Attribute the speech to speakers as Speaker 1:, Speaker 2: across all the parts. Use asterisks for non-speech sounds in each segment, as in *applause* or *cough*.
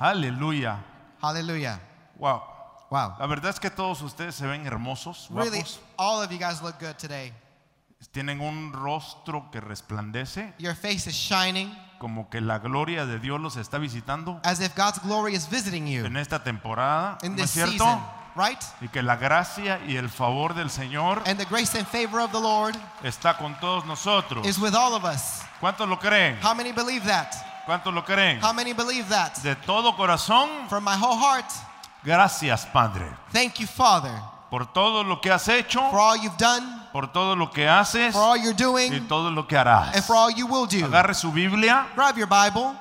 Speaker 1: Aleluya.
Speaker 2: Hallelujah.
Speaker 1: Wow.
Speaker 2: Wow.
Speaker 1: La verdad es que todos ustedes se ven hermosos,
Speaker 2: Really,
Speaker 1: guapos.
Speaker 2: all of you guys look good today.
Speaker 1: Tienen un rostro que resplandece,
Speaker 2: Your face is shining
Speaker 1: como que la gloria de Dios los está visitando
Speaker 2: as if God's glory is visiting you
Speaker 1: en esta temporada,
Speaker 2: in
Speaker 1: ¿no es
Speaker 2: this
Speaker 1: cierto?
Speaker 2: season, right?
Speaker 1: Y que la gracia y el favor del Señor
Speaker 2: And the grace and favor of the Lord
Speaker 1: está con todos nosotros.
Speaker 2: is with all of us.
Speaker 1: ¿Cuántos lo creen?
Speaker 2: How many believe that?
Speaker 1: ¿Cuántos lo creen?
Speaker 2: How many believe that?
Speaker 1: De todo corazón,
Speaker 2: From my whole heart,
Speaker 1: gracias, Padre,
Speaker 2: thank you, Father,
Speaker 1: por todo lo que has hecho,
Speaker 2: for all you've done,
Speaker 1: por todo lo que haces
Speaker 2: for all you're
Speaker 1: y
Speaker 2: doing,
Speaker 1: todo lo que
Speaker 2: and
Speaker 1: harás.
Speaker 2: for all you will do.
Speaker 1: Agarre su Biblia,
Speaker 2: Grab your Bible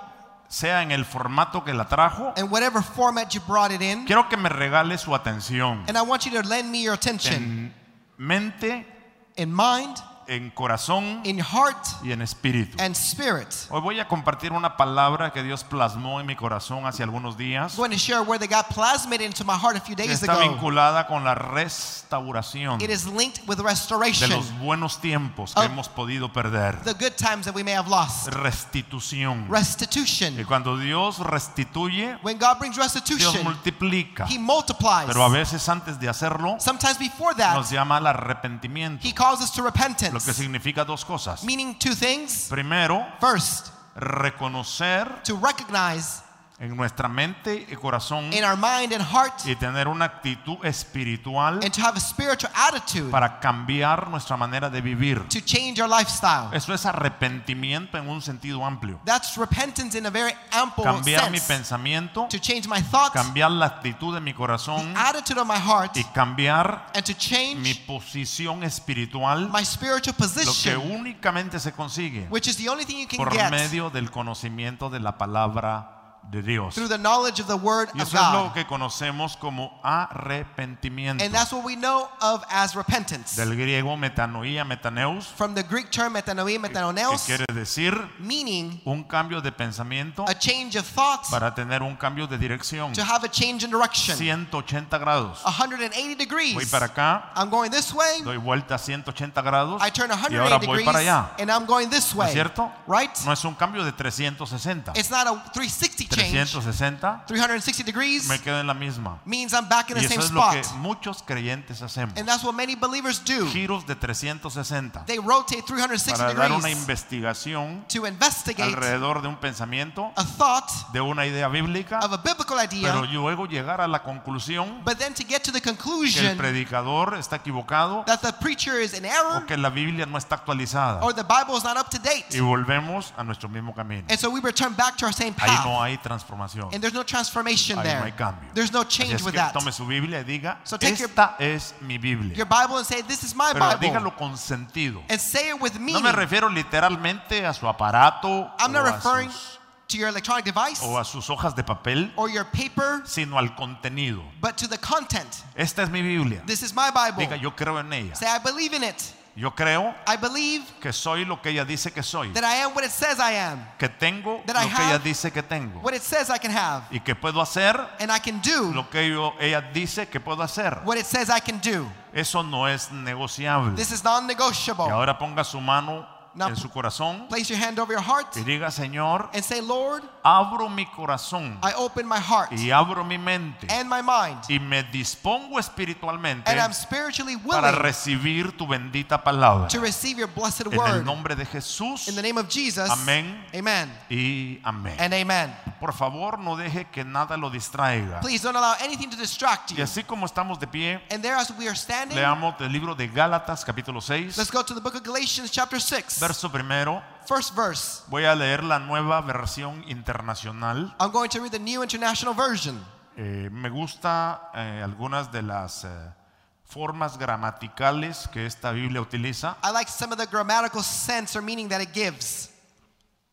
Speaker 1: sea en el formato que la trajo.
Speaker 2: in whatever format you brought it in,
Speaker 1: Quiero que me regale su atención
Speaker 2: and I want you to lend me your attention
Speaker 1: en mente,
Speaker 2: in mind,
Speaker 1: en corazón
Speaker 2: in heart,
Speaker 1: y en espíritu.
Speaker 2: and spirit.
Speaker 1: Hoy voy a compartir una palabra que Dios plasmó en mi corazón hace algunos
Speaker 2: I'm
Speaker 1: días.
Speaker 2: going to share a word that God plasmated into my heart a few
Speaker 1: que
Speaker 2: days
Speaker 1: está
Speaker 2: ago.
Speaker 1: vinculada con la restauración
Speaker 2: It
Speaker 1: de
Speaker 2: is Oh. linked with restoration,
Speaker 1: los buenos tiempos que
Speaker 2: of-
Speaker 1: hemos podido perder.
Speaker 2: the good times that we may have lost,
Speaker 1: Restitución. Y
Speaker 2: restitution.
Speaker 1: cuando Dios restituye,
Speaker 2: When God brings
Speaker 1: Dios
Speaker 2: restitution,
Speaker 1: multiplica.
Speaker 2: He multiplies.
Speaker 1: Pero a veces antes de hacerlo,
Speaker 2: Sometimes before
Speaker 1: nos
Speaker 2: that,
Speaker 1: llama al arrepentimiento.
Speaker 2: He calls us to
Speaker 1: Lo que
Speaker 2: repentance,
Speaker 1: significa dos cosas.
Speaker 2: meaning two things.
Speaker 1: Primero,
Speaker 2: First,
Speaker 1: reconocer
Speaker 2: to recognize
Speaker 1: en nuestra mente y corazón
Speaker 2: in our mind and heart
Speaker 1: y tener una actitud espiritual
Speaker 2: and to have a spiritual attitude
Speaker 1: para cambiar nuestra manera de vivir.
Speaker 2: to change our lifestyle.
Speaker 1: Eso es arrepentimiento en un sentido amplio.
Speaker 2: That's repentance in a very ample
Speaker 1: Cambiar mi
Speaker 2: sense.
Speaker 1: pensamiento,
Speaker 2: To change my thoughts,
Speaker 1: cambiar la actitud de mi
Speaker 2: the
Speaker 1: corazón
Speaker 2: attitude of my heart,
Speaker 1: y cambiar
Speaker 2: and to
Speaker 1: mi
Speaker 2: change
Speaker 1: posición espiritual,
Speaker 2: my
Speaker 1: lo
Speaker 2: spiritual
Speaker 1: que
Speaker 2: position,
Speaker 1: únicamente se consigue
Speaker 2: which is the only thing you can
Speaker 1: por
Speaker 2: get
Speaker 1: medio del conocimiento de la palabra de Dios.
Speaker 2: through the knowledge of the Word
Speaker 1: Y
Speaker 2: of
Speaker 1: eso es lo
Speaker 2: God.
Speaker 1: que conocemos como arrepentimiento.
Speaker 2: And that's what we know of as repentance.
Speaker 1: Del griego metanoia, metaneus,
Speaker 2: From the Greek term metanoia,
Speaker 1: que
Speaker 2: metanoneos,
Speaker 1: quiere decir
Speaker 2: meaning
Speaker 1: un cambio de pensamiento
Speaker 2: a change of thought,
Speaker 1: para tener un cambio de dirección.
Speaker 2: to have a change in direction.
Speaker 1: 180 grados. Voy
Speaker 2: 180 degrees.
Speaker 1: para acá,
Speaker 2: I'm going this way,
Speaker 1: doy vuelta 180 grados
Speaker 2: I turn
Speaker 1: y ahora
Speaker 2: 180
Speaker 1: voy
Speaker 2: degrees,
Speaker 1: para allá.
Speaker 2: and I'm going this
Speaker 1: ¿No es
Speaker 2: way.
Speaker 1: cierto?
Speaker 2: Right?
Speaker 1: No es un cambio de 360.
Speaker 2: It's not a 360 change.
Speaker 1: 360
Speaker 2: 360 degrees
Speaker 1: me quedo en la misma.
Speaker 2: means I'm back in
Speaker 1: Y
Speaker 2: the same
Speaker 1: eso es lo que
Speaker 2: spot.
Speaker 1: muchos creyentes hacemos.
Speaker 2: And that's what many believers do.
Speaker 1: Giros de 360
Speaker 2: They rotate 360
Speaker 1: para dar una
Speaker 2: degrees.
Speaker 1: investigación
Speaker 2: to investigate
Speaker 1: alrededor de un pensamiento,
Speaker 2: a thought
Speaker 1: de una idea bíblica,
Speaker 2: of a biblical
Speaker 1: pero
Speaker 2: idea,
Speaker 1: luego llegar a la conclusión
Speaker 2: but then to get to the
Speaker 1: que el
Speaker 2: conclusion
Speaker 1: predicador está equivocado
Speaker 2: that the preacher is in
Speaker 1: o
Speaker 2: error
Speaker 1: que la Biblia no está actualizada.
Speaker 2: or the Bible is not up to date.
Speaker 1: y volvemos a nuestro mismo camino.
Speaker 2: And so we return back to our same
Speaker 1: Ahí no
Speaker 2: path.
Speaker 1: hay transformación.
Speaker 2: And there's no transformation
Speaker 1: Ahí no hay
Speaker 2: there.
Speaker 1: cambio.
Speaker 2: There's no
Speaker 1: Así es
Speaker 2: change with
Speaker 1: que
Speaker 2: that.
Speaker 1: tome su Biblia y diga,
Speaker 2: So take your-
Speaker 1: esta es mi Biblia.
Speaker 2: Your Bible and say, This is my
Speaker 1: Pero
Speaker 2: Bible.
Speaker 1: dígalo con sentido.
Speaker 2: And say it with
Speaker 1: No
Speaker 2: meaning.
Speaker 1: me Oh, refiero literalmente a su aparato o
Speaker 2: I'm not
Speaker 1: a,
Speaker 2: referring
Speaker 1: sus,
Speaker 2: to your electronic device
Speaker 1: o a sus hojas de papel,
Speaker 2: or your paper,
Speaker 1: sino al contenido.
Speaker 2: but to the content.
Speaker 1: Esta es mi Biblia.
Speaker 2: This is my Bible.
Speaker 1: Diga, yo creo en ella.
Speaker 2: Say, I believe in it.
Speaker 1: Yo creo
Speaker 2: I believe
Speaker 1: que soy lo que ella dice que soy.
Speaker 2: that I am what it says I am,
Speaker 1: Que tengo
Speaker 2: that I
Speaker 1: lo que ella
Speaker 2: have
Speaker 1: dice que tengo.
Speaker 2: what it says I can have,
Speaker 1: Y que puedo hacer
Speaker 2: and I can do
Speaker 1: lo que yo- ella dice que puedo hacer.
Speaker 2: what it says I can do.
Speaker 1: Eso no es negociable.
Speaker 2: This is non
Speaker 1: Y
Speaker 2: negotiable.
Speaker 1: ahora ponga su mano
Speaker 2: Now
Speaker 1: en su corazón
Speaker 2: Place your hand over your heart
Speaker 1: y diga, Señor,
Speaker 2: and say, Lord,
Speaker 1: abro mi corazón
Speaker 2: I open my heart
Speaker 1: y abro mi mente
Speaker 2: and my mind,
Speaker 1: y me dispongo espiritualmente
Speaker 2: and I'm spiritually
Speaker 1: para
Speaker 2: willing
Speaker 1: recibir tu bendita palabra.
Speaker 2: to receive your blessed
Speaker 1: En el
Speaker 2: word.
Speaker 1: nombre de Jesús
Speaker 2: In the name of Jesus,
Speaker 1: Amén.
Speaker 2: amen,
Speaker 1: y amén.
Speaker 2: and amen.
Speaker 1: Por favor, no deje que nada lo distraiga.
Speaker 2: Please don't allow anything to distract
Speaker 1: Y
Speaker 2: you.
Speaker 1: así como estamos de pie,
Speaker 2: And there, as we are standing,
Speaker 1: leamos el libro de Gálatas capítulo 6,
Speaker 2: let's go to the book of Galatians, chapter 6,
Speaker 1: verso primero.
Speaker 2: first verse.
Speaker 1: Voy a leer la nueva versión internacional.
Speaker 2: I'm going to read the New International Version.
Speaker 1: Eh, me gusta eh, algunas de las eh, formas gramaticales que esta Biblia utiliza.
Speaker 2: I like some of the grammatical sense or meaning that it gives.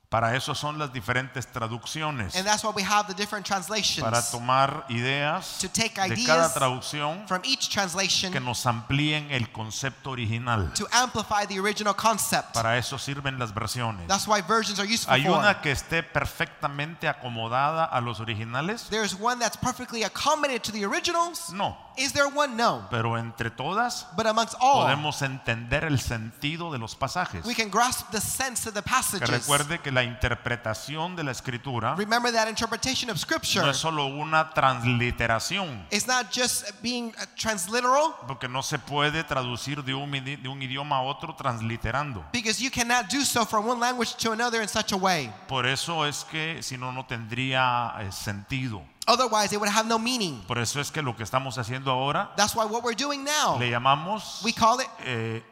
Speaker 1: Para eso son las diferentes traducciones.
Speaker 2: And that's why we have the different
Speaker 1: Para
Speaker 2: translations
Speaker 1: tomar ideas
Speaker 2: To take
Speaker 1: de cada
Speaker 2: ideas
Speaker 1: traducción
Speaker 2: from each
Speaker 1: que
Speaker 2: translation
Speaker 1: nos amplíen el concepto original.
Speaker 2: to amplify the original concept.
Speaker 1: Para eso sirven las versiones.
Speaker 2: That's why versions are useful
Speaker 1: Hay
Speaker 2: for.
Speaker 1: una que esté perfectamente acomodada a los originales.
Speaker 2: There's one that's perfectly accommodated to the originals.
Speaker 1: No,
Speaker 2: Is there one? No.
Speaker 1: pero entre todas
Speaker 2: But amongst all,
Speaker 1: podemos entender el sentido de los pasajes.
Speaker 2: Oh. we can grasp the sense of the
Speaker 1: Que
Speaker 2: passages.
Speaker 1: recuerde que la interpretación de la escritura
Speaker 2: Remember that interpretation of
Speaker 1: no
Speaker 2: scripture.
Speaker 1: es solo una transliteración,
Speaker 2: It's not just being uh, transliteral
Speaker 1: porque no se puede traducir de un, idi- de un idioma a otro transliterando.
Speaker 2: because you cannot do so from one language to another in such a way.
Speaker 1: Por eso es que si no, no tendría eh, sentido.
Speaker 2: Otherwise, it would have no meaning.
Speaker 1: Por eso es que lo que estamos haciendo ahora
Speaker 2: That's why what we're doing now,
Speaker 1: le llamamos
Speaker 2: Oh. we call it
Speaker 1: eh,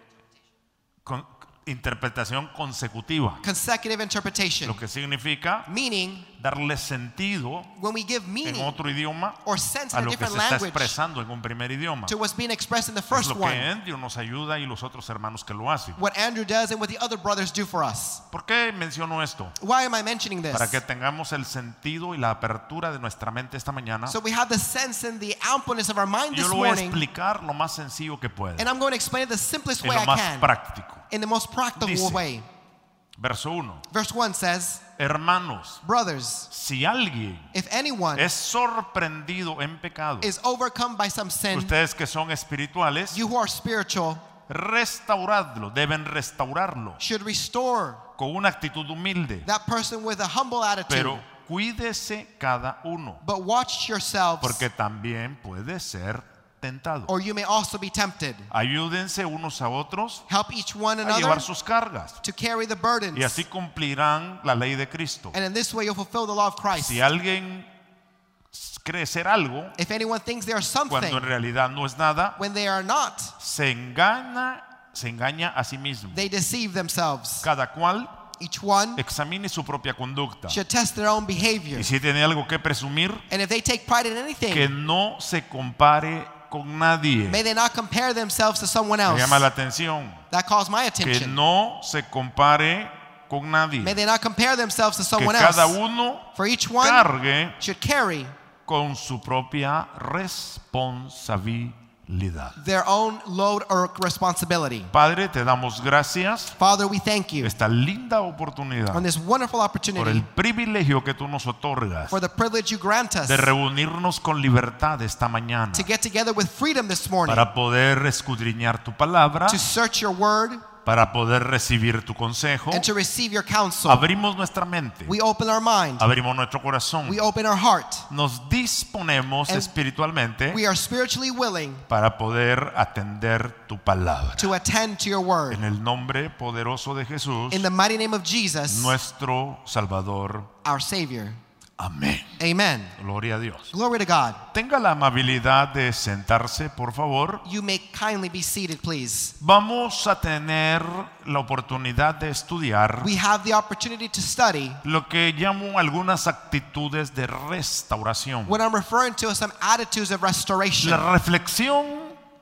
Speaker 1: con- interpretación consecutiva,
Speaker 2: consecutive interpretation.
Speaker 1: lo que significa
Speaker 2: Meaning,
Speaker 1: darle sentido
Speaker 2: when we give
Speaker 1: en
Speaker 2: meaning
Speaker 1: otro idioma
Speaker 2: or sense
Speaker 1: a
Speaker 2: in a
Speaker 1: lo que
Speaker 2: different
Speaker 1: se está
Speaker 2: language
Speaker 1: expresando en un primer idioma.
Speaker 2: to what's being expressed in the
Speaker 1: Es
Speaker 2: first
Speaker 1: lo que
Speaker 2: one,
Speaker 1: Andrew nos ayuda y los otros hermanos que lo hacen.
Speaker 2: what Andrew does and what the other brothers do for us.
Speaker 1: ¿Por qué menciono esto?
Speaker 2: Why am I mentioning this?
Speaker 1: Para que tengamos el sentido y la apertura de nuestra mente esta mañana.
Speaker 2: So we have the sense and the ampleness of our mind
Speaker 1: Yo
Speaker 2: this
Speaker 1: lo voy a
Speaker 2: morning.
Speaker 1: explicar lo más sencillo que pueda,
Speaker 2: And I'm going to explain it the simplest
Speaker 1: en
Speaker 2: way
Speaker 1: lo
Speaker 2: I
Speaker 1: más
Speaker 2: can,
Speaker 1: práctico.
Speaker 2: in the most practical
Speaker 1: Dice.
Speaker 2: way.
Speaker 1: Verso 1.
Speaker 2: Verse 1 says,
Speaker 1: Hermanos,
Speaker 2: Brothers,
Speaker 1: si alguien
Speaker 2: if anyone
Speaker 1: es sorprendido en pecado,
Speaker 2: is overcome by some sin,
Speaker 1: ustedes que son espirituales,
Speaker 2: you who are spiritual
Speaker 1: restauradlo, deben restaurarlo
Speaker 2: should restore
Speaker 1: con una actitud humilde,
Speaker 2: that person with a humble attitude.
Speaker 1: pero cuídese cada uno,
Speaker 2: but watch yourselves,
Speaker 1: porque también puede ser tentado.
Speaker 2: or you may also be tempted.
Speaker 1: Ayúdense unos a otros
Speaker 2: Help each one
Speaker 1: a llevar
Speaker 2: another
Speaker 1: sus cargas
Speaker 2: to carry the burdens.
Speaker 1: y así cumplirán la ley de Cristo.
Speaker 2: and in this way, you'll fulfill the law of Christ.
Speaker 1: Si alguien s- cree ser algo
Speaker 2: if anyone thinks they are something
Speaker 1: cuando en realidad no es nada,
Speaker 2: when they are not,
Speaker 1: se engaña, se engaña a sí mismo.
Speaker 2: they deceive themselves.
Speaker 1: Cada cual
Speaker 2: Each one
Speaker 1: examine su propia conducta.
Speaker 2: should test their own behavior.
Speaker 1: Y si tiene algo que presumir,
Speaker 2: And if they take pride in anything,
Speaker 1: que no se compare con nadie.
Speaker 2: May they not compare themselves to someone
Speaker 1: Me
Speaker 2: else.
Speaker 1: llama la atención.
Speaker 2: That calls my
Speaker 1: Que
Speaker 2: attention.
Speaker 1: no se compare con nadie.
Speaker 2: May they not compare themselves to
Speaker 1: Que
Speaker 2: someone
Speaker 1: cada
Speaker 2: else.
Speaker 1: uno
Speaker 2: For each one
Speaker 1: cargue
Speaker 2: should carry
Speaker 1: con su propia responsabilidad.
Speaker 2: their own load or responsibility.
Speaker 1: Padre, te damos gracias
Speaker 2: Father, we thank you
Speaker 1: por esta linda
Speaker 2: on
Speaker 1: oportunidad,
Speaker 2: this wonderful
Speaker 1: por el
Speaker 2: opportunity,
Speaker 1: privilegio que tú nos otorgas
Speaker 2: for the privilege you grant us
Speaker 1: de reunirnos con libertad esta mañana
Speaker 2: to get together with freedom this morning,
Speaker 1: para poder escudriñar tu palabra,
Speaker 2: to search your word
Speaker 1: para poder recibir tu consejo.
Speaker 2: and to receive your counsel.
Speaker 1: Abrimos nuestra mente,
Speaker 2: We open our mind,
Speaker 1: abrimos nuestro corazón,
Speaker 2: we open our heart.
Speaker 1: nos disponemos
Speaker 2: And
Speaker 1: espiritualmente
Speaker 2: We are spiritually willing
Speaker 1: para poder atender tu palabra.
Speaker 2: to attend to your word.
Speaker 1: En el nombre poderoso de Jesús,
Speaker 2: In the mighty name of Jesus,
Speaker 1: nuestro Salvador.
Speaker 2: our Savior.
Speaker 1: Amén.
Speaker 2: Amen.
Speaker 1: Gloria a Dios.
Speaker 2: Glory to God.
Speaker 1: Tenga la amabilidad de sentarse, por favor.
Speaker 2: You may kindly be seated, please.
Speaker 1: Vamos a tener la oportunidad de estudiar
Speaker 2: We have the opportunity to study
Speaker 1: lo que llamo algunas actitudes de restauración.
Speaker 2: what I'm referring to as some attitudes of restoration.
Speaker 1: La reflexión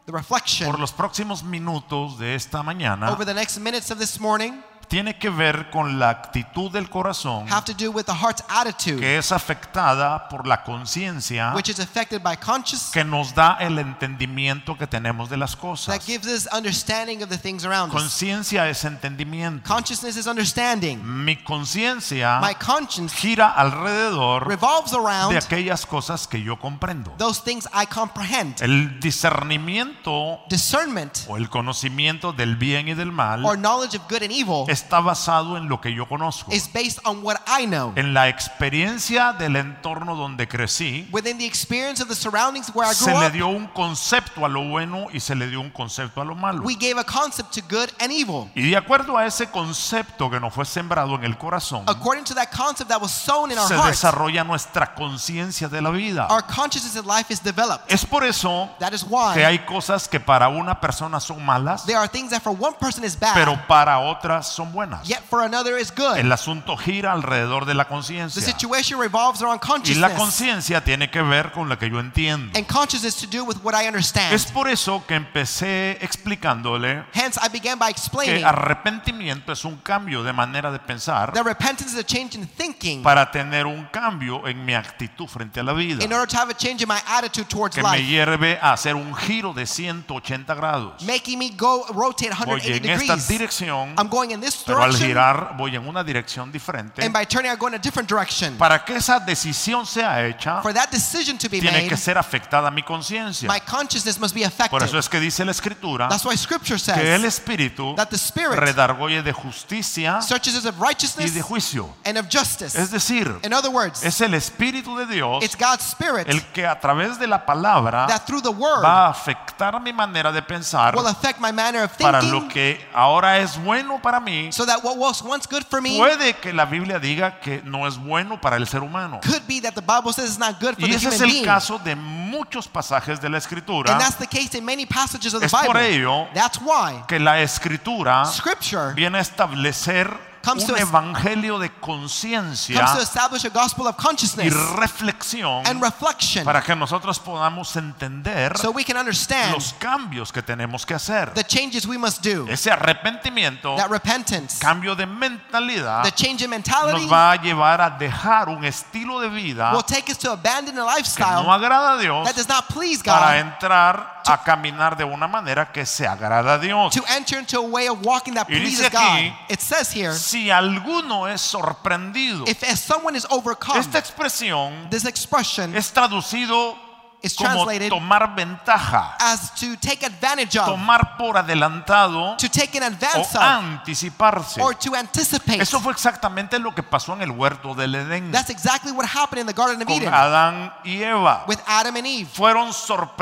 Speaker 2: The reflection
Speaker 1: por los próximos minutos de esta mañana
Speaker 2: over the next minutes of this morning
Speaker 1: tiene que ver con la actitud del corazón
Speaker 2: have to do with the heart's attitude,
Speaker 1: que es afectada por la conciencia
Speaker 2: which is affected by conscious
Speaker 1: que nos da el entendimiento que tenemos de las cosas.
Speaker 2: that gives us understanding of the things around us.
Speaker 1: Conciencia es entendimiento.
Speaker 2: Consciousness is understanding.
Speaker 1: Mi conciencia
Speaker 2: My conscience
Speaker 1: gira alrededor
Speaker 2: revolves
Speaker 1: de
Speaker 2: around
Speaker 1: aquellas cosas que yo comprendo.
Speaker 2: those things I comprehend.
Speaker 1: El discernimiento
Speaker 2: Discernment
Speaker 1: o el conocimiento del bien y del
Speaker 2: or
Speaker 1: mal
Speaker 2: knowledge of good and evil
Speaker 1: está basado en lo que yo conozco,
Speaker 2: is based on what I know.
Speaker 1: en la experiencia del entorno donde crecí.
Speaker 2: Within the experience of the surroundings where I
Speaker 1: Se
Speaker 2: grew
Speaker 1: le
Speaker 2: up,
Speaker 1: dio un concepto a lo bueno y se le dio un concepto a lo malo.
Speaker 2: we gave a concept to good and evil.
Speaker 1: Y de acuerdo a ese concepto que nos fue sembrado en el corazón,
Speaker 2: According to that concept that was sown in our
Speaker 1: se
Speaker 2: hearts,
Speaker 1: desarrolla nuestra conciencia de la vida.
Speaker 2: our consciousness in life is developed.
Speaker 1: Es por eso
Speaker 2: That is
Speaker 1: que
Speaker 2: why
Speaker 1: hay cosas que para una persona son malas,
Speaker 2: there are things that for one person is bad,
Speaker 1: pero para otra son son buenas.
Speaker 2: yet for another is good.
Speaker 1: El asunto gira alrededor de la
Speaker 2: The
Speaker 1: conciencia.
Speaker 2: situation revolves around
Speaker 1: Y la
Speaker 2: consciousness.
Speaker 1: conciencia tiene que ver con lo que yo entiendo.
Speaker 2: And consciousness to do with what I
Speaker 1: Es
Speaker 2: understand.
Speaker 1: por eso que empecé explicándole
Speaker 2: Hence, I began by
Speaker 1: que
Speaker 2: explaining
Speaker 1: arrepentimiento es un cambio de manera de pensar
Speaker 2: that repentance is a change in thinking
Speaker 1: para tener un cambio en mi actitud frente a la vida
Speaker 2: in order to have a change in my attitude towards
Speaker 1: que me
Speaker 2: life,
Speaker 1: hierve a hacer un giro de 180 grados.
Speaker 2: making me go rotate
Speaker 1: Voy
Speaker 2: 180
Speaker 1: en esta
Speaker 2: degrees.
Speaker 1: dirección,
Speaker 2: I'm going in this
Speaker 1: pero al
Speaker 2: direction,
Speaker 1: girar voy en una dirección diferente.
Speaker 2: and by turning, I go in a different direction.
Speaker 1: Para que esa decisión sea hecha,
Speaker 2: For that decision to be
Speaker 1: tiene
Speaker 2: made,
Speaker 1: que ser afectada mi conciencia.
Speaker 2: my consciousness must be
Speaker 1: Por
Speaker 2: affected.
Speaker 1: eso es que dice la escritura
Speaker 2: That's why Scripture
Speaker 1: que el
Speaker 2: says
Speaker 1: espíritu
Speaker 2: that the Spirit
Speaker 1: redargoye de justicia
Speaker 2: searches of
Speaker 1: y
Speaker 2: righteousness
Speaker 1: de juicio.
Speaker 2: and of
Speaker 1: Es
Speaker 2: justice.
Speaker 1: decir,
Speaker 2: In other words,
Speaker 1: es el espíritu de Dios
Speaker 2: it's God's Spirit
Speaker 1: el que a través de la palabra
Speaker 2: that through the Word
Speaker 1: va a afectar mi manera de pensar
Speaker 2: will affect my manner of
Speaker 1: para lo
Speaker 2: thinking
Speaker 1: que ahora es bueno para mí.
Speaker 2: so that what was once good for me
Speaker 1: Puede que la Biblia diga que no es bueno para el ser humano.
Speaker 2: could be that the Bible says it's not good for
Speaker 1: Y
Speaker 2: the
Speaker 1: ese es
Speaker 2: human
Speaker 1: el
Speaker 2: being.
Speaker 1: caso de muchos pasajes de la escritura
Speaker 2: And that's the case in many passages of the
Speaker 1: Es por
Speaker 2: Bible.
Speaker 1: ello
Speaker 2: that's why
Speaker 1: que la escritura
Speaker 2: Scripture
Speaker 1: viene a establecer
Speaker 2: Comes to
Speaker 1: un
Speaker 2: es-
Speaker 1: evangelio de conciencia
Speaker 2: comes to establish a gospel of
Speaker 1: y
Speaker 2: consciousness
Speaker 1: reflexión
Speaker 2: and reflection
Speaker 1: para que nosotros podamos entender
Speaker 2: so we can understand
Speaker 1: los cambios que tenemos que hacer.
Speaker 2: the changes we must do.
Speaker 1: Ese arrepentimiento,
Speaker 2: That repentance,
Speaker 1: cambio de mentalidad,
Speaker 2: the change in mentality
Speaker 1: nos va a llevar a dejar un estilo de vida
Speaker 2: will take us to abandon
Speaker 1: que
Speaker 2: a
Speaker 1: no
Speaker 2: lifestyle
Speaker 1: agrada a Dios
Speaker 2: that does not please
Speaker 1: para
Speaker 2: God
Speaker 1: entrar a caminar de una manera que se agrada a Dios.
Speaker 2: to enter into a way of walking that
Speaker 1: Y dice
Speaker 2: pleases
Speaker 1: aquí,
Speaker 2: God. It says here,
Speaker 1: Si alguno es sorprendido,
Speaker 2: if as someone is overcome,
Speaker 1: esta expresión
Speaker 2: this expression
Speaker 1: es traducido
Speaker 2: is
Speaker 1: como
Speaker 2: translated
Speaker 1: tomar ventaja,
Speaker 2: as to take advantage of,
Speaker 1: tomar por adelantado
Speaker 2: to take an advance
Speaker 1: o
Speaker 2: of,
Speaker 1: anticiparse.
Speaker 2: or to anticipate.
Speaker 1: Eso fue exactamente lo que pasó en el huerto del Edén
Speaker 2: That's exactly what happened in the Garden of
Speaker 1: con
Speaker 2: Eden
Speaker 1: Adán y Eva.
Speaker 2: with Adam and Eve.
Speaker 1: Fueron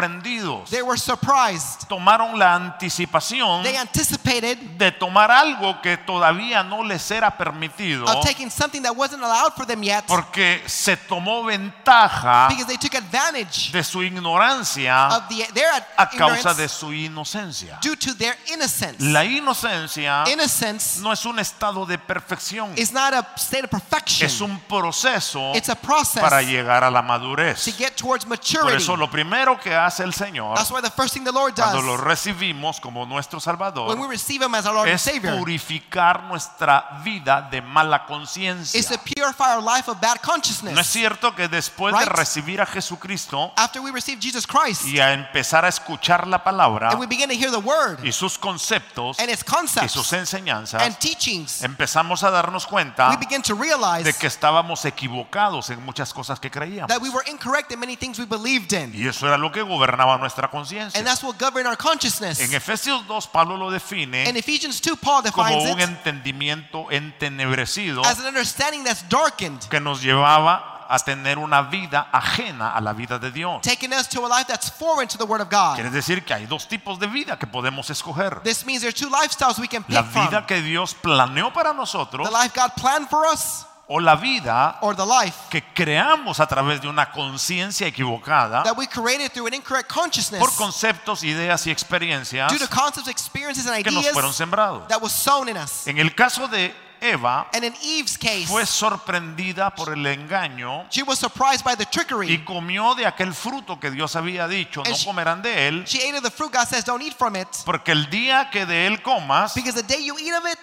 Speaker 1: sorprendidos,
Speaker 2: They
Speaker 1: Mm-hmm.
Speaker 2: were surprised.
Speaker 1: tomaron la anticipación
Speaker 2: They anticipated
Speaker 1: de tomar algo que todavía no les era permitido
Speaker 2: of taking something that wasn't allowed for them yet
Speaker 1: porque se tomó ventaja
Speaker 2: because they took advantage
Speaker 1: de su ignorancia
Speaker 2: of the, their
Speaker 1: a causa de
Speaker 2: ignorance
Speaker 1: su inocencia.
Speaker 2: due to their innocence.
Speaker 1: La inocencia
Speaker 2: Innocence
Speaker 1: no es un estado de perfección,
Speaker 2: is not a state of perfection.
Speaker 1: es un proceso
Speaker 2: It's a process
Speaker 1: para llegar a la
Speaker 2: to
Speaker 1: madurez.
Speaker 2: get towards
Speaker 1: Por
Speaker 2: maturity.
Speaker 1: eso lo primero que hace el Señor
Speaker 2: That's why the first thing the Lord
Speaker 1: cuando lo
Speaker 2: does
Speaker 1: recibimos como nuestro
Speaker 2: when
Speaker 1: Salvador
Speaker 2: we receive Him as our Lord and
Speaker 1: es
Speaker 2: Savior
Speaker 1: purificar nuestra vida de mala
Speaker 2: is to
Speaker 1: conciencia.
Speaker 2: purify our life of
Speaker 1: No
Speaker 2: bad
Speaker 1: es
Speaker 2: consciousness.
Speaker 1: cierto que después de
Speaker 2: Right?
Speaker 1: recibir a Jesucristo
Speaker 2: After we receive Jesus Christ
Speaker 1: y a empezar a escuchar la palabra
Speaker 2: and we begin to hear the Word
Speaker 1: y sus conceptos
Speaker 2: and its
Speaker 1: y sus
Speaker 2: concepts
Speaker 1: enseñanzas,
Speaker 2: and teachings,
Speaker 1: empezamos a darnos
Speaker 2: we
Speaker 1: cuenta
Speaker 2: begin to
Speaker 1: de
Speaker 2: realize
Speaker 1: que estábamos equivocados en muchas cosas que creíamos.
Speaker 2: that we were incorrect in many things we believed in.
Speaker 1: Y eso era lo que gobernaba nuestra
Speaker 2: And
Speaker 1: conciencia.
Speaker 2: that's what governed our
Speaker 1: En
Speaker 2: consciousness.
Speaker 1: Efesios 2, Pablo lo
Speaker 2: In
Speaker 1: define
Speaker 2: Ephesians 2, Paul
Speaker 1: como
Speaker 2: defines
Speaker 1: un
Speaker 2: it
Speaker 1: entendimiento entenebrecido
Speaker 2: as an understanding that's darkened,
Speaker 1: que nos llevaba a tener una vida ajena a la vida de Dios.
Speaker 2: taking us to a life that's foreign to the Word of God.
Speaker 1: Quiere decir que hay dos tipos de vida que podemos escoger.
Speaker 2: This means there are two lifestyles we can
Speaker 1: La
Speaker 2: pick from
Speaker 1: vida que Dios planeó para nosotros
Speaker 2: the life God planned for us
Speaker 1: o la vida
Speaker 2: or the life
Speaker 1: que creamos a través de una conciencia equivocada
Speaker 2: that we created through an incorrect consciousness
Speaker 1: Ah. por conceptos, ideas y experiencias
Speaker 2: due to concepts, experiences, and
Speaker 1: que nos fueron
Speaker 2: ideas
Speaker 1: sembrados.
Speaker 2: that was sown in us.
Speaker 1: En el caso de Eva,
Speaker 2: And in Eve's case,
Speaker 1: fue sorprendida por el engaño
Speaker 2: she was surprised by the
Speaker 1: y
Speaker 2: trickery.
Speaker 1: comió de aquel fruto que Dios había dicho, no
Speaker 2: And she-
Speaker 1: comerán de él,
Speaker 2: She ate of the fruit. God says, Don't eat from it.
Speaker 1: porque el día que de él comas,
Speaker 2: Because the day you eat of it,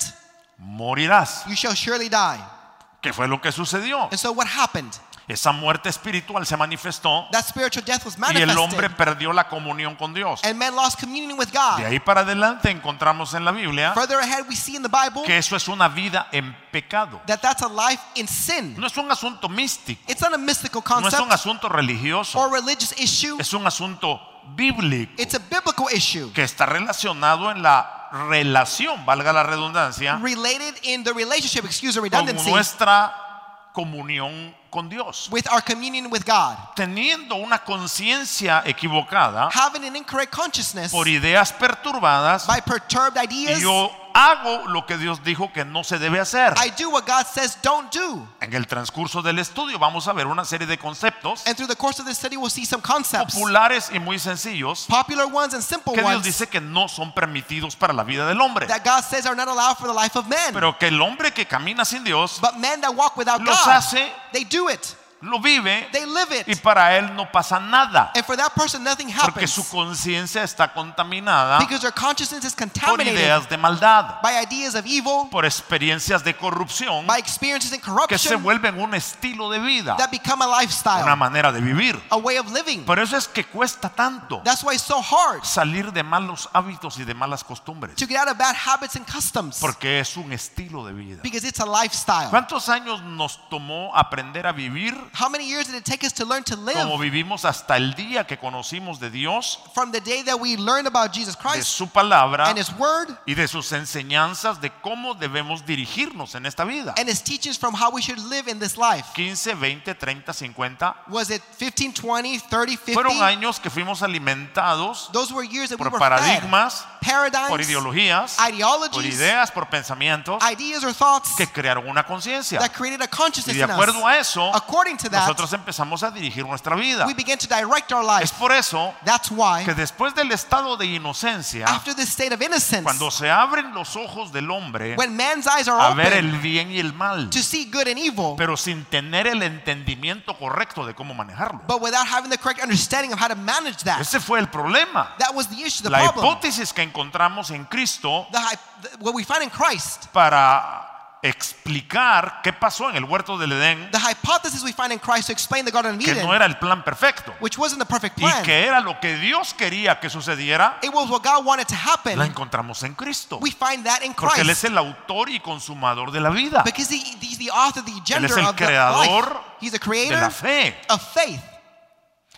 Speaker 1: morirás.
Speaker 2: you shall surely die.
Speaker 1: ¿Qué fue lo que sucedió?
Speaker 2: And so what happened?
Speaker 1: Esa muerte espiritual se manifestó
Speaker 2: That spiritual death was
Speaker 1: y el hombre
Speaker 2: manifested.
Speaker 1: perdió la comunión con Dios.
Speaker 2: And man lost communion with
Speaker 1: De
Speaker 2: God.
Speaker 1: ahí para adelante encontramos en la Biblia
Speaker 2: Further ahead, we see in the Bible
Speaker 1: que eso es una vida en pecado.
Speaker 2: that that's a life in sin.
Speaker 1: No es un asunto místico,
Speaker 2: It's not a mystical
Speaker 1: no es un
Speaker 2: concept
Speaker 1: asunto religioso,
Speaker 2: or religious issue.
Speaker 1: es un asunto bíblico
Speaker 2: It's a biblical issue
Speaker 1: que está relacionado en la relación, valga la redundancia,
Speaker 2: related in the relationship, excuse the
Speaker 1: con
Speaker 2: redundancy,
Speaker 1: nuestra comunión con Dios.
Speaker 2: with our communion with God.
Speaker 1: Teniendo una conciencia equivocada
Speaker 2: Having an incorrect consciousness
Speaker 1: por ideas perturbadas,
Speaker 2: by perturbed ideas
Speaker 1: yo hago lo que Dios dijo que no se debe hacer.
Speaker 2: I do what God says don't do.
Speaker 1: En el transcurso del estudio vamos a ver una serie de conceptos
Speaker 2: And through the course of this study, we'll see some concepts,
Speaker 1: populares y muy sencillos
Speaker 2: popular ones and simple
Speaker 1: que Dios
Speaker 2: ones,
Speaker 1: dice que no son permitidos para la vida del hombre,
Speaker 2: that God says are not allowed for the life of men.
Speaker 1: pero que el hombre que camina sin Dios
Speaker 2: But men that walk without
Speaker 1: los
Speaker 2: God,
Speaker 1: hace,
Speaker 2: they do it,
Speaker 1: lo vive
Speaker 2: they live
Speaker 1: y
Speaker 2: it.
Speaker 1: para él no pasa nada,
Speaker 2: And for that person, nothing
Speaker 1: porque
Speaker 2: happens
Speaker 1: su conciencia está contaminada
Speaker 2: because their consciousness is
Speaker 1: por
Speaker 2: contaminated
Speaker 1: ideas de maldad,
Speaker 2: by ideas of evil,
Speaker 1: por experiencias de corrupción
Speaker 2: by experiences and
Speaker 1: que se
Speaker 2: corruption
Speaker 1: vuelven un estilo de vida,
Speaker 2: that become a
Speaker 1: una
Speaker 2: lifestyle,
Speaker 1: manera de vivir.
Speaker 2: a way of living.
Speaker 1: Por eso es que cuesta tanto
Speaker 2: That's why it's so hard
Speaker 1: salir de malos hábitos y de malas costumbres,
Speaker 2: to get out of bad habits and customs
Speaker 1: porque es un estilo de vida.
Speaker 2: because it's a lifestyle.
Speaker 1: ¿Cuántos años nos tomó aprender a vivir
Speaker 2: How many years did it take us to learn to
Speaker 1: como
Speaker 2: live
Speaker 1: vivimos hasta el día que conocimos de Dios,
Speaker 2: from the day that we learned about Jesus
Speaker 1: de
Speaker 2: Christ
Speaker 1: su palabra
Speaker 2: and His Word
Speaker 1: y de sus enseñanzas de cómo debemos dirigirnos en esta vida?
Speaker 2: and His teachings from how we should live in this life?
Speaker 1: 15, 20, 30, 50.
Speaker 2: Was it 15, 20, 30, 50?
Speaker 1: Fueron años que fuimos alimentados
Speaker 2: Those were years that we
Speaker 1: por
Speaker 2: were fed
Speaker 1: paradigmas, por
Speaker 2: paradigms,
Speaker 1: ideologías, por
Speaker 2: ideologies,
Speaker 1: ideas, por pensamientos
Speaker 2: ideas or thoughts
Speaker 1: que crearon una conciencia.
Speaker 2: that created a
Speaker 1: Y
Speaker 2: consciousness
Speaker 1: de
Speaker 2: in us.
Speaker 1: acuerdo a eso,
Speaker 2: According to that,
Speaker 1: nosotros empezamos a dirigir nuestra vida.
Speaker 2: we began to direct our
Speaker 1: Es
Speaker 2: life.
Speaker 1: por eso
Speaker 2: That's
Speaker 1: que
Speaker 2: why,
Speaker 1: después del estado de inocencia,
Speaker 2: after this state of innocence,
Speaker 1: cuando se abren los ojos del hombre
Speaker 2: when man's eyes are
Speaker 1: a ver
Speaker 2: open
Speaker 1: el bien y el mal,
Speaker 2: to see good and evil,
Speaker 1: pero sin tener el entendimiento correcto de cómo manejarlo.
Speaker 2: but without having the correct understanding of how to manage that.
Speaker 1: Ese fue el problema.
Speaker 2: That was the issue, the
Speaker 1: La
Speaker 2: problem.
Speaker 1: hipótesis que encontramos en Cristo
Speaker 2: The, hy- the- what we find in Christ,
Speaker 1: para explicar qué pasó en el huerto del Edén,
Speaker 2: the hypothesis we find in Christ to explain the Garden of
Speaker 1: que no
Speaker 2: Eden,
Speaker 1: era el plan perfecto
Speaker 2: which wasn't the perfect
Speaker 1: y
Speaker 2: plan,
Speaker 1: que era lo que Dios quería que sucediera,
Speaker 2: it was what God wanted to
Speaker 1: la
Speaker 2: happen.
Speaker 1: encontramos en Cristo.
Speaker 2: We find that in
Speaker 1: Porque Él
Speaker 2: Christ
Speaker 1: es el autor y consumador de la vida,
Speaker 2: because he, he's the author, the gender
Speaker 1: el
Speaker 2: of the
Speaker 1: creador
Speaker 2: life. He's the
Speaker 1: de
Speaker 2: creator
Speaker 1: la fe.
Speaker 2: of faith.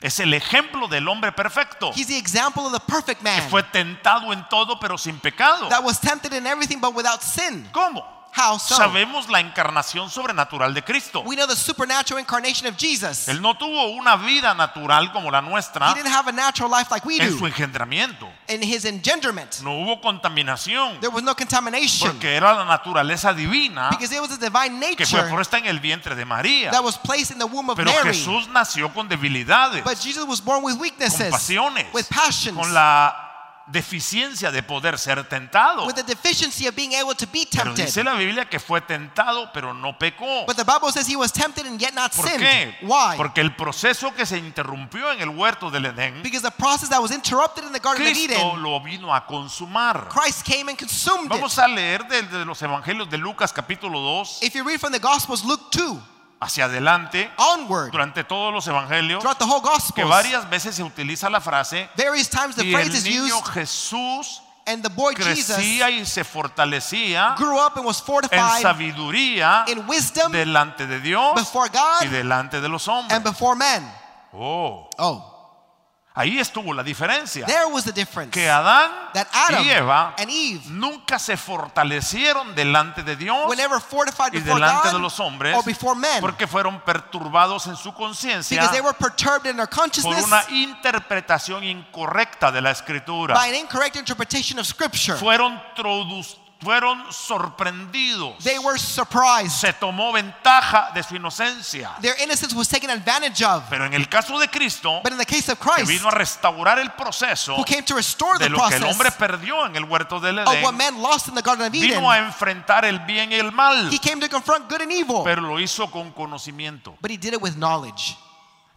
Speaker 1: Es el ejemplo del hombre perfecto,
Speaker 2: He's the example of the perfect
Speaker 1: que
Speaker 2: man
Speaker 1: fue tentado en todo pero sin pecado.
Speaker 2: that was tempted in everything but without sin.
Speaker 1: ¿Cómo?
Speaker 2: How so?
Speaker 1: Sabemos la encarnación sobrenatural de Cristo.
Speaker 2: We know the supernatural incarnation of Jesus.
Speaker 1: Él no tuvo una vida natural como la
Speaker 2: He
Speaker 1: nuestra
Speaker 2: didn't have a natural life like we
Speaker 1: en su
Speaker 2: do.
Speaker 1: engendramiento.
Speaker 2: In his engenderment,
Speaker 1: No hubo contaminación
Speaker 2: there was no contamination
Speaker 1: porque era la naturaleza divina
Speaker 2: because it was a divine
Speaker 1: que fue
Speaker 2: nature
Speaker 1: puesta en el vientre de María.
Speaker 2: that was placed in the womb of
Speaker 1: Pero
Speaker 2: Mary.
Speaker 1: Jesús nació con debilidades,
Speaker 2: But Jesus was born with
Speaker 1: con
Speaker 2: weaknesses,
Speaker 1: pasiones,
Speaker 2: with passions,
Speaker 1: con la deficiencia de poder ser tentado.
Speaker 2: with the deficiency of being able to be
Speaker 1: Oh. Pero
Speaker 2: tempted.
Speaker 1: dice la Biblia que fue tentado, pero no pecó.
Speaker 2: But the Bible says he was tempted and yet not
Speaker 1: ¿Por
Speaker 2: sinned.
Speaker 1: qué?
Speaker 2: Why?
Speaker 1: Porque el proceso que se interrumpió en el huerto del Edén,
Speaker 2: because the process that was interrupted in the Garden of
Speaker 1: Cristo
Speaker 2: Eden,
Speaker 1: lo vino a consumar.
Speaker 2: Christ came and consumed
Speaker 1: Vamos a leer de, de los evangelios de Lucas capítulo 2
Speaker 2: it. If you read from the Gospels, Luke 2,
Speaker 1: hacia adelante,
Speaker 2: onward,
Speaker 1: durante todos los evangelios,
Speaker 2: throughout the whole
Speaker 1: que
Speaker 2: Gospels,
Speaker 1: varias veces se utiliza la frase,
Speaker 2: various times the
Speaker 1: y
Speaker 2: phrase
Speaker 1: el
Speaker 2: is
Speaker 1: niño
Speaker 2: used,
Speaker 1: Jesús
Speaker 2: and the boy Jesus
Speaker 1: crecía y se fortalecía
Speaker 2: grew up and was
Speaker 1: en
Speaker 2: fortified
Speaker 1: sabiduría
Speaker 2: in wisdom
Speaker 1: delante de Dios
Speaker 2: before
Speaker 1: y
Speaker 2: God
Speaker 1: delante de los hombres.
Speaker 2: and before men.
Speaker 1: Oh,
Speaker 2: Oh,
Speaker 1: ahí estuvo la diferencia.
Speaker 2: there was the difference.
Speaker 1: que Adán
Speaker 2: That Adam
Speaker 1: y Eva
Speaker 2: and Eve
Speaker 1: nunca se fortalecieron delante de Dios
Speaker 2: were never fortified
Speaker 1: y
Speaker 2: before
Speaker 1: delante
Speaker 2: God
Speaker 1: de los hombres
Speaker 2: or before men
Speaker 1: porque fueron perturbados en su conciencia
Speaker 2: because they were perturbed in their
Speaker 1: por
Speaker 2: consciousness
Speaker 1: una interpretación incorrecta de la escritura.
Speaker 2: by an incorrect interpretation of Scripture.
Speaker 1: Fueron, tradu- fueron sorprendidos.
Speaker 2: They were surprised.
Speaker 1: Se tomó ventaja de su inocencia.
Speaker 2: Their innocence was taken advantage of.
Speaker 1: Pero en el caso de Cristo,
Speaker 2: But in the case of
Speaker 1: que
Speaker 2: Christ,
Speaker 1: vino a restaurar el proceso
Speaker 2: who came to restore the
Speaker 1: de lo que el hombre
Speaker 2: process
Speaker 1: perdió en el huerto del
Speaker 2: of what
Speaker 1: Edén,
Speaker 2: man lost in the Garden of Eden,
Speaker 1: vino a enfrentar el bien y el mal.
Speaker 2: he came to confront good and evil.
Speaker 1: pero lo hizo con conocimiento,
Speaker 2: But he did it with knowledge,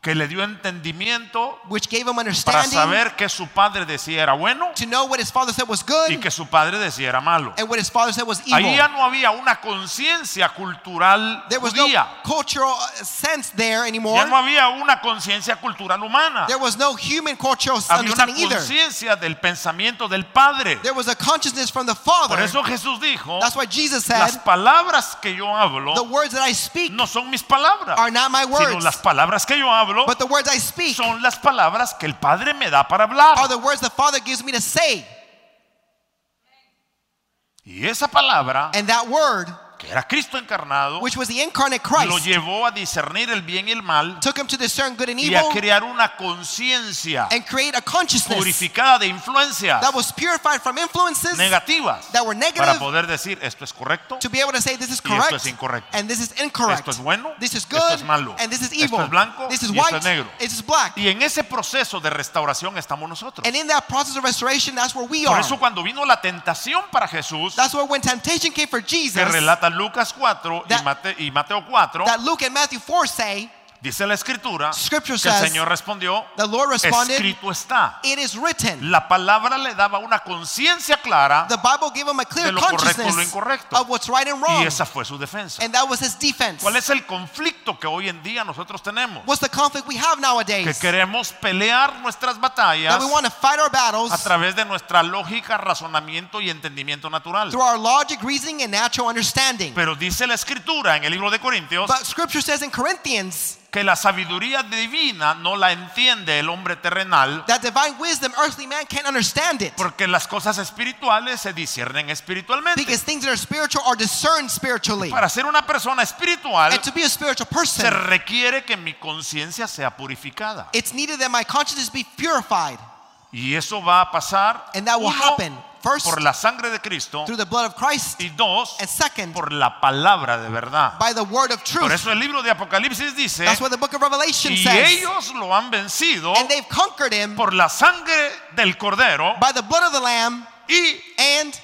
Speaker 1: que le dio entendimiento
Speaker 2: which gave him
Speaker 1: para
Speaker 2: understanding
Speaker 1: saber que su padre decía era bueno
Speaker 2: to know what his father said was
Speaker 1: y
Speaker 2: good
Speaker 1: que su padre decía era malo.
Speaker 2: and what his father said was
Speaker 1: Ahí ya
Speaker 2: evil.
Speaker 1: no había una conciencia cultural
Speaker 2: There was no
Speaker 1: judía,
Speaker 2: cultural uh, sense there anymore.
Speaker 1: ya no había una conciencia cultural humana,
Speaker 2: There was no human cultural
Speaker 1: había una
Speaker 2: understanding either.
Speaker 1: conciencia del pensamiento del padre.
Speaker 2: There was a consciousness from the
Speaker 1: Por
Speaker 2: Father.
Speaker 1: eso Jesús dijo,
Speaker 2: That's why Jesus said,
Speaker 1: las palabras que yo hablo
Speaker 2: The words that I speak
Speaker 1: no son mis palabras,
Speaker 2: are not my
Speaker 1: sino
Speaker 2: words,
Speaker 1: las palabras que yo hablo
Speaker 2: but the words I speak
Speaker 1: son las palabras que el padre me da para hablar.
Speaker 2: are the words the Father gives me to say.
Speaker 1: Y esa palabra
Speaker 2: And that word
Speaker 1: que era Cristo encarnado,
Speaker 2: which was the incarnate
Speaker 1: lo
Speaker 2: Christ,
Speaker 1: llevó a discernir el bien y el mal
Speaker 2: took him to discern good and
Speaker 1: y a
Speaker 2: evil
Speaker 1: crear una conciencia
Speaker 2: and create a consciousness
Speaker 1: purificada de influencias
Speaker 2: that was purified from influences
Speaker 1: negativas
Speaker 2: that were
Speaker 1: para
Speaker 2: negative
Speaker 1: poder decir esto es correcto,
Speaker 2: to be able to say this is
Speaker 1: Y esto
Speaker 2: correct
Speaker 1: es incorrecto.
Speaker 2: and this is incorrect.
Speaker 1: esto es bueno,
Speaker 2: This is
Speaker 1: esto
Speaker 2: good
Speaker 1: es malo,
Speaker 2: and this is
Speaker 1: esto
Speaker 2: evil.
Speaker 1: es blanco
Speaker 2: this is
Speaker 1: y esto
Speaker 2: white.
Speaker 1: es negro.
Speaker 2: This is black.
Speaker 1: y en ese proceso de restauración estamos nosotros.
Speaker 2: And in that process of restoration, that's where we
Speaker 1: Por
Speaker 2: are.
Speaker 1: eso cuando vino la tentación para Jesús,
Speaker 2: That's where when temptation came for Jesus,
Speaker 1: que relata Lucas 4 y,
Speaker 2: That-
Speaker 1: Mate- y Mateo 4,
Speaker 2: that Luke and Matthew 4 say,
Speaker 1: dice la escritura que
Speaker 2: Scripture
Speaker 1: el
Speaker 2: says-
Speaker 1: Señor respondió,
Speaker 2: the Lord responded,
Speaker 1: escrito está.
Speaker 2: it is written.
Speaker 1: La palabra le daba una conciencia clara
Speaker 2: The Bible gave him a clear
Speaker 1: De lo correcto, lo
Speaker 2: consciousness
Speaker 1: incorrecto.
Speaker 2: of what's right and
Speaker 1: y
Speaker 2: wrong.
Speaker 1: esa fue su defensa.
Speaker 2: And that was his defense.
Speaker 1: ¿Cuál es el conflicto que hoy en día nosotros tenemos?
Speaker 2: What's the conflict we have
Speaker 1: Que
Speaker 2: nowadays?
Speaker 1: queremos pelear nuestras batallas
Speaker 2: That we want to fight our battles
Speaker 1: a través de nuestra lógica, razonamiento y entendimiento natural.
Speaker 2: through our logic, reasoning, and natural understanding.
Speaker 1: Pero dice la escritura en el libro de Corintios
Speaker 2: But scripture says in Corinthians
Speaker 1: que la sabiduría divina no la entiende el hombre terrenal
Speaker 2: that divine wisdom, earthly man can't understand it.
Speaker 1: porque las cosas espirituales se disciernen espiritualmente.
Speaker 2: Because things that are spiritual are discerned spiritually.
Speaker 1: Para ser una persona espiritual
Speaker 2: And to be a spiritual
Speaker 1: se
Speaker 2: person,
Speaker 1: requiere que mi conciencia sea purificada.
Speaker 2: it's needed that my consciousness be purified.
Speaker 1: Y eso va a pasar
Speaker 2: And that will
Speaker 1: uno,
Speaker 2: happen, first,
Speaker 1: por la sangre de Cristo
Speaker 2: through the blood of Christ,
Speaker 1: y dos
Speaker 2: and second,
Speaker 1: por la palabra de verdad.
Speaker 2: by the word of
Speaker 1: Por
Speaker 2: truth.
Speaker 1: eso el libro de Apocalipsis dice
Speaker 2: That's what the book of Revelation
Speaker 1: y
Speaker 2: says.
Speaker 1: ellos lo han vencido
Speaker 2: And they've conquered him
Speaker 1: por la sangre del cordero
Speaker 2: by the blood of the Lamb
Speaker 1: y
Speaker 2: and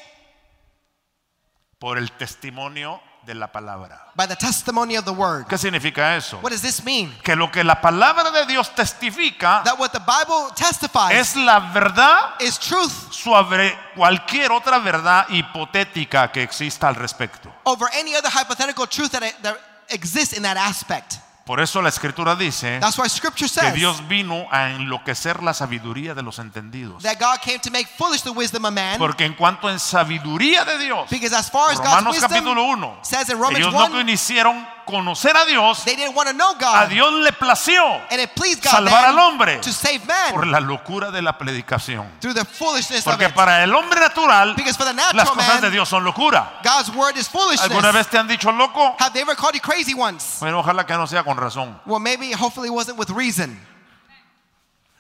Speaker 1: por el testimonio de la palabra.
Speaker 2: by the testimony of the word.
Speaker 1: ¿Qué significa eso?
Speaker 2: What does this mean?
Speaker 1: Que lo que la palabra de Dios testifica
Speaker 2: That what the Bible testifies
Speaker 1: es la verdad
Speaker 2: is truth
Speaker 1: sobre cualquier otra verdad hipotética que exista al respecto.
Speaker 2: over any other hypothetical truth that, that exists in that aspect.
Speaker 1: Por eso la escritura dice
Speaker 2: That's why
Speaker 1: que
Speaker 2: scripture says
Speaker 1: Dios vino a enloquecer la sabiduría de los entendidos.
Speaker 2: that God came to make foolish the wisdom of man.
Speaker 1: Porque en cuanto en sabiduría de Dios,
Speaker 2: Because as far as God's
Speaker 1: Romanos capítulo
Speaker 2: wisdom
Speaker 1: 1,
Speaker 2: says in Romans
Speaker 1: ellos no
Speaker 2: 1,
Speaker 1: quisieron conocer a Dios,
Speaker 2: they didn't want to know
Speaker 1: a
Speaker 2: God.
Speaker 1: Dios le plació
Speaker 2: And it pleased God
Speaker 1: salvar
Speaker 2: then
Speaker 1: al hombre
Speaker 2: to save
Speaker 1: por
Speaker 2: man
Speaker 1: la locura de la predicación.
Speaker 2: through the foolishness of
Speaker 1: Porque
Speaker 2: it.
Speaker 1: para el hombre natural,
Speaker 2: Because for the
Speaker 1: las
Speaker 2: natural
Speaker 1: cosas de
Speaker 2: man,
Speaker 1: Dios son locura.
Speaker 2: God's word is
Speaker 1: ¿Alguna
Speaker 2: foolishness.
Speaker 1: vez te han dicho loco?
Speaker 2: Have they ever called you crazy once?
Speaker 1: Bueno, ojalá que no sea con razón,
Speaker 2: Well, maybe, hopefully, it wasn't with reason.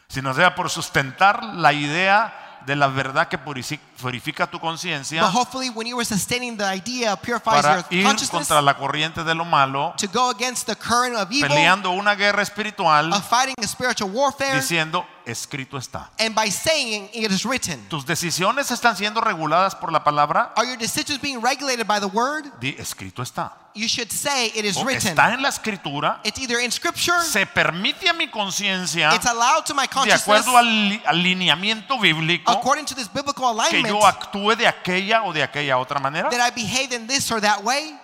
Speaker 1: sino sea por sustentar la idea de la verdad que purici- purifica tu
Speaker 2: But
Speaker 1: conciencia
Speaker 2: hopefully, when you were sustaining the idea of purifies
Speaker 1: para
Speaker 2: your
Speaker 1: ir
Speaker 2: consciousness
Speaker 1: contra la corriente de lo malo,
Speaker 2: to go against the current of evil,
Speaker 1: peleando una guerra espiritual,
Speaker 2: of fighting the spiritual warfare,
Speaker 1: diciendo, escrito está.
Speaker 2: and by saying it is written.
Speaker 1: Tus decisiones están siendo reguladas por la palabra,
Speaker 2: Are your decisions being regulated by the word?
Speaker 1: di, escrito está.
Speaker 2: You should say it is
Speaker 1: O Oh,
Speaker 2: written.
Speaker 1: está en la escritura,
Speaker 2: It's either in scripture,
Speaker 1: se permite a mi conciencia,
Speaker 2: it's allowed to my
Speaker 1: de
Speaker 2: consciousness,
Speaker 1: acuerdo al li- alineamiento bíblico,
Speaker 2: according to this biblical
Speaker 1: que
Speaker 2: alignment,
Speaker 1: yo actúe de aquella o de aquella otra manera.
Speaker 2: that I behave in this or that way.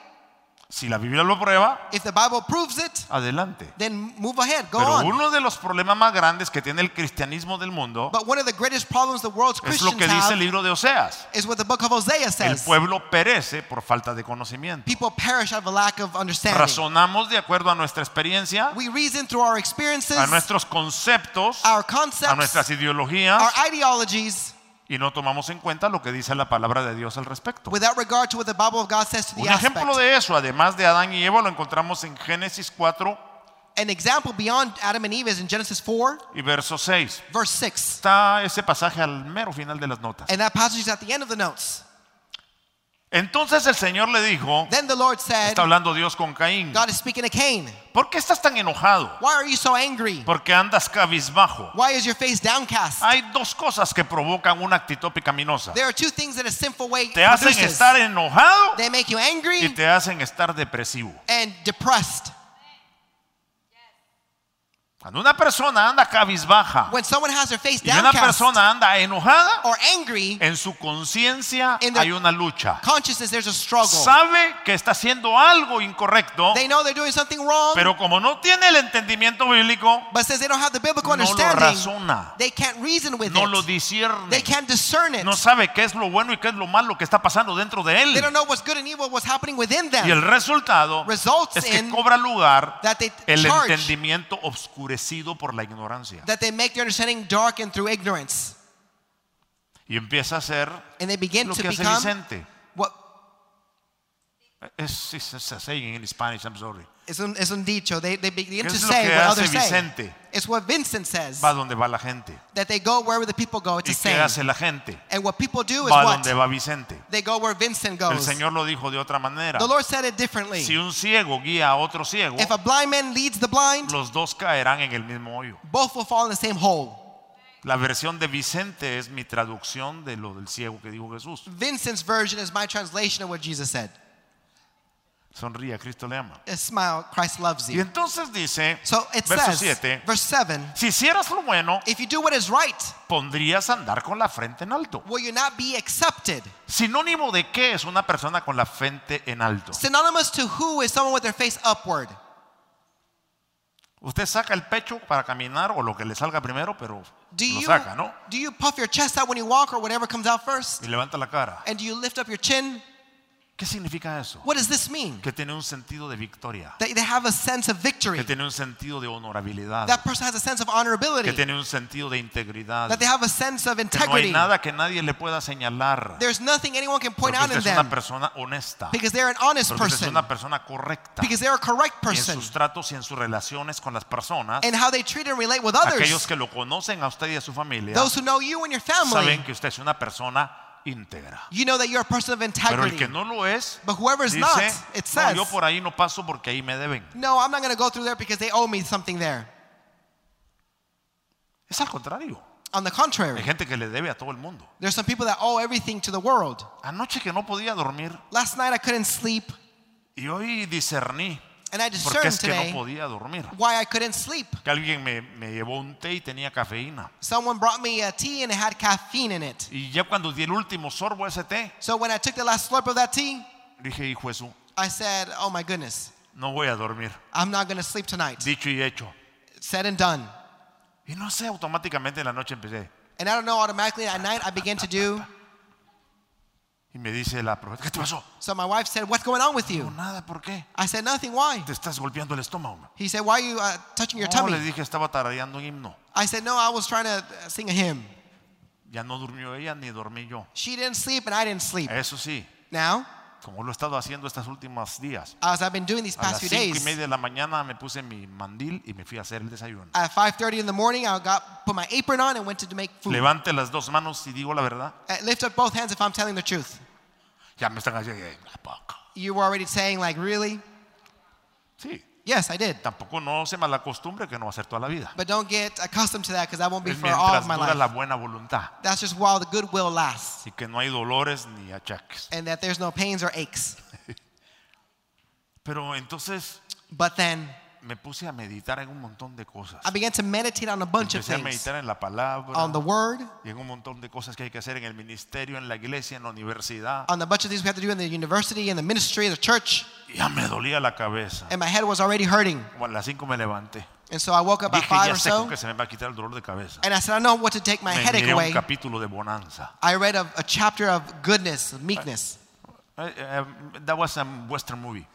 Speaker 1: Si la Biblia lo prueba,
Speaker 2: If the Bible proves it,
Speaker 1: adelante.
Speaker 2: then move ahead, go
Speaker 1: Pero
Speaker 2: on.
Speaker 1: uno de los problemas más grandes que tiene el cristianismo del mundo
Speaker 2: But one of the greatest problems the world's
Speaker 1: es lo
Speaker 2: Christians
Speaker 1: que dice el
Speaker 2: have
Speaker 1: libro de Oseas.
Speaker 2: is what the book of Hosea
Speaker 1: El
Speaker 2: says.
Speaker 1: pueblo perece por falta de conocimiento.
Speaker 2: People perish out of a lack of understanding.
Speaker 1: Razonamos de acuerdo a nuestra experiencia,
Speaker 2: We reason through our experiences,
Speaker 1: a nuestros conceptos,
Speaker 2: our
Speaker 1: a
Speaker 2: concepts,
Speaker 1: nuestras
Speaker 2: our
Speaker 1: ideologías
Speaker 2: ideologies,
Speaker 1: y no tomamos en cuenta lo que dice la palabra de Dios al respecto.
Speaker 2: without regard to what the Bible of God says to the
Speaker 1: Un
Speaker 2: aspect.
Speaker 1: ejemplo de eso, además de Adán y Eva, lo encontramos en Génesis 4
Speaker 2: An example beyond Adam and Eve is in Genesis 4,
Speaker 1: y verso 6.
Speaker 2: verse 6.
Speaker 1: Está ese pasaje al mero final de las notas.
Speaker 2: And that passage is at the end of the notes.
Speaker 1: Entonces el Señor le dijo,
Speaker 2: Then the Lord said,
Speaker 1: está hablando Dios con Caín,
Speaker 2: God is speaking to Cain.
Speaker 1: ¿por qué estás tan enojado?
Speaker 2: Why are you so angry?
Speaker 1: Porque andas cabizbajo.
Speaker 2: Why is your face downcast?
Speaker 1: Hay dos cosas que provocan una actitud pecaminosa.
Speaker 2: There are two things that a sinful way
Speaker 1: Te hacen
Speaker 2: produces.
Speaker 1: estar enojado
Speaker 2: They make you
Speaker 1: y
Speaker 2: angry
Speaker 1: te hacen estar depresivo.
Speaker 2: and depressed.
Speaker 1: Cuando una persona anda cabizbaja
Speaker 2: When someone has their face
Speaker 1: y una
Speaker 2: downcast
Speaker 1: persona anda enojada,
Speaker 2: or angry,
Speaker 1: en su conciencia
Speaker 2: In their-
Speaker 1: hay una lucha.
Speaker 2: consciousness, there's a struggle.
Speaker 1: Sabe que está haciendo algo incorrecto,
Speaker 2: They know they're doing something wrong,
Speaker 1: pero como no tiene el entendimiento bíblico,
Speaker 2: but since they don't have the biblical
Speaker 1: no lo
Speaker 2: understanding,
Speaker 1: razona,
Speaker 2: they can't reason with
Speaker 1: no lo
Speaker 2: it. They
Speaker 1: discierne,
Speaker 2: can't discern it.
Speaker 1: no sabe qué es lo bueno y qué es lo malo que está pasando dentro de
Speaker 2: They
Speaker 1: él.
Speaker 2: don't know what's good and evil, what's happening within
Speaker 1: Y el
Speaker 2: them.
Speaker 1: resultado
Speaker 2: Results
Speaker 1: es que
Speaker 2: in
Speaker 1: cobra lugar
Speaker 2: That they
Speaker 1: el
Speaker 2: charge,
Speaker 1: entendimiento obscurecido por la ignorancia
Speaker 2: that they make their understanding dark and through ignorance.
Speaker 1: y empieza a ser
Speaker 2: And they begin
Speaker 1: lo
Speaker 2: to
Speaker 1: que hace
Speaker 2: become
Speaker 1: Vicente.
Speaker 2: what
Speaker 1: Es, es, es a saying in Spanish, I'm sorry.
Speaker 2: Es un, es un dicho. They, they begin
Speaker 1: ¿Qué
Speaker 2: to
Speaker 1: es lo que
Speaker 2: say what
Speaker 1: hace
Speaker 2: others say.
Speaker 1: Vicente?
Speaker 2: It's what Vincent says.
Speaker 1: Va donde va la gente.
Speaker 2: That they go where the people go. It's
Speaker 1: ¿Y
Speaker 2: the
Speaker 1: qué
Speaker 2: same.
Speaker 1: hace la gente?
Speaker 2: And what people do is
Speaker 1: Va donde
Speaker 2: what?
Speaker 1: va Vicente.
Speaker 2: They go where Vincent
Speaker 1: El
Speaker 2: goes.
Speaker 1: Señor lo dijo de otra manera.
Speaker 2: The Lord said it differently.
Speaker 1: Si un ciego guía a otro ciego,
Speaker 2: If a blind man leads the blind,
Speaker 1: los dos caerán en el mismo hoyo.
Speaker 2: both will fall in the same hole.
Speaker 1: La versión de Vicente es mi traducción de lo del ciego que dijo Jesús.
Speaker 2: Vincent's version is my translation of what Jesus said.
Speaker 1: Sonríe, Cristo le ama.
Speaker 2: A smile, Christ loves
Speaker 1: Y
Speaker 2: you.
Speaker 1: entonces dice,
Speaker 2: So it
Speaker 1: verso
Speaker 2: says,
Speaker 1: 7,
Speaker 2: verse 7,
Speaker 1: si hicieras lo bueno,
Speaker 2: if you do what is right,
Speaker 1: pondrías a andar con la frente en alto.
Speaker 2: will you not be accepted?
Speaker 1: Sinónimo de qué es una persona con la frente en alto.
Speaker 2: Synonymous to who is someone with their face upward.
Speaker 1: Usted saca el pecho para caminar o lo que le salga primero, pero
Speaker 2: Do
Speaker 1: lo
Speaker 2: you,
Speaker 1: saca, ¿no?
Speaker 2: do you puff your chest out when you walk or whatever comes out first?
Speaker 1: Y levanta la cara.
Speaker 2: And do you lift up your chin?
Speaker 1: ¿Qué significa eso?
Speaker 2: What does this mean?
Speaker 1: Que tiene un sentido de victoria,
Speaker 2: That they have a sense of victory.
Speaker 1: que tiene un sentido de honorabilidad,
Speaker 2: That person has a sense of honorability.
Speaker 1: que tiene un sentido de integridad.
Speaker 2: That they have a sense of
Speaker 1: Que no hay
Speaker 2: integrity.
Speaker 1: nada que nadie le pueda señalar.
Speaker 2: There's nothing anyone can
Speaker 1: Porque
Speaker 2: point out
Speaker 1: usted
Speaker 2: in
Speaker 1: es una
Speaker 2: them
Speaker 1: persona honesta.
Speaker 2: because they're an honest
Speaker 1: Porque usted es
Speaker 2: person,
Speaker 1: una persona correcta.
Speaker 2: because they're a correct
Speaker 1: Y en
Speaker 2: person,
Speaker 1: sus tratos y en sus relaciones con las personas,
Speaker 2: and how they treat and relate with others.
Speaker 1: aquellos que lo conocen a usted y a su familia,
Speaker 2: Those who know you and your family,
Speaker 1: saben que usted es una persona íntegra.
Speaker 2: you know that you're a person of
Speaker 1: Pero el
Speaker 2: integrity.
Speaker 1: que no lo es,
Speaker 2: But whoever is
Speaker 1: dice,
Speaker 2: not, it
Speaker 1: "No,
Speaker 2: says,
Speaker 1: yo por ahí no paso porque ahí me deben.
Speaker 2: no, I'm not going to go through there because they owe me something there.
Speaker 1: Es al contrario.
Speaker 2: On the
Speaker 1: Hay
Speaker 2: contrary,
Speaker 1: gente que le debe a todo el mundo.
Speaker 2: there's some people that owe everything to the world.
Speaker 1: Anoche que no podía dormir
Speaker 2: Last night I couldn't sleep,
Speaker 1: y hoy discerní
Speaker 2: and I
Speaker 1: por qué
Speaker 2: discerned
Speaker 1: es que no
Speaker 2: today
Speaker 1: podía dormir.
Speaker 2: why I couldn't sleep.
Speaker 1: Que alguien me, me llevó un té y tenía cafeína.
Speaker 2: Someone brought me a tea and it had caffeine in it.
Speaker 1: Y ya cuando di el último sorbo a ese té,
Speaker 2: So when I took the last slurp of that tea,
Speaker 1: dije, hijo Jesús,
Speaker 2: I said, oh my goodness,
Speaker 1: no voy a dormir.
Speaker 2: I'm not going to sleep tonight.
Speaker 1: Dicho y hecho.
Speaker 2: said and done.
Speaker 1: Y no sé, automáticamente en la noche empecé.
Speaker 2: And I don't know, automatically at night I began to do.
Speaker 1: Y me dice la profeta, ¿qué te pasó?
Speaker 2: So my wife said, What's going on with
Speaker 1: No,
Speaker 2: you?
Speaker 1: nada, ¿por qué?
Speaker 2: I said, Nothing. Why?
Speaker 1: Te estás golpeando el estómago.
Speaker 2: He said, Why are you uh, touching your
Speaker 1: No, le
Speaker 2: tummy?
Speaker 1: dije, estaba tarareando un himno.
Speaker 2: I said, No, I was trying to uh, sing a hymn.
Speaker 1: Ya no durmió ella ni dormí yo.
Speaker 2: She didn't sleep and I didn't sleep.
Speaker 1: Eso sí,
Speaker 2: Now,
Speaker 1: como lo he estado haciendo estos últimos días.
Speaker 2: as I've been doing these
Speaker 1: A las
Speaker 2: past few
Speaker 1: cinco y
Speaker 2: days,
Speaker 1: media de la mañana me puse mi mandil y me fui a hacer el desayuno.
Speaker 2: at 5:30 in the morning, I got put my apron on and went to make food.
Speaker 1: Levante las dos manos y digo la verdad.
Speaker 2: Uh, lift up both hands if I'm telling the truth.
Speaker 1: Ya me están haciendo "Ey, ¿a poco?"
Speaker 2: You were already saying like, really?
Speaker 1: Sí,
Speaker 2: Yes, I did.
Speaker 1: tampoco no se malacostumbre que no va a ser toda la vida.
Speaker 2: But don't get accustomed to that because that won't be
Speaker 1: Es
Speaker 2: for all
Speaker 1: mientras
Speaker 2: of my
Speaker 1: dura la
Speaker 2: life.
Speaker 1: buena voluntad
Speaker 2: That's just while the goodwill lasts
Speaker 1: y que no hay dolores ni achaques.
Speaker 2: and that there's no pains or aches.
Speaker 1: Pero entonces
Speaker 2: But then
Speaker 1: me puse a meditar en un montón de cosas.
Speaker 2: I began to meditate on a bunch of
Speaker 1: Empecé a
Speaker 2: things
Speaker 1: meditar en la palabra
Speaker 2: on the word,
Speaker 1: y en un montón de cosas que hay que hacer en el ministerio, en la iglesia, en la universidad.
Speaker 2: on the bunch of things we have to do in the university, in the ministry, the church,
Speaker 1: Y Ya me dolía la cabeza.
Speaker 2: and my head was already hurting.
Speaker 1: Como a las 5 me levanté.
Speaker 2: And so I woke up at
Speaker 1: Dije,
Speaker 2: five
Speaker 1: ya
Speaker 2: or
Speaker 1: sé con
Speaker 2: so,
Speaker 1: que se me va a quitar el dolor de cabeza.
Speaker 2: and I said, I know what to take my
Speaker 1: Me
Speaker 2: headache
Speaker 1: miré un
Speaker 2: away.
Speaker 1: capítulo de bonanza.
Speaker 2: I read a, a chapter of goodness, of meekness.
Speaker 1: Eh, eh, That was a western movie.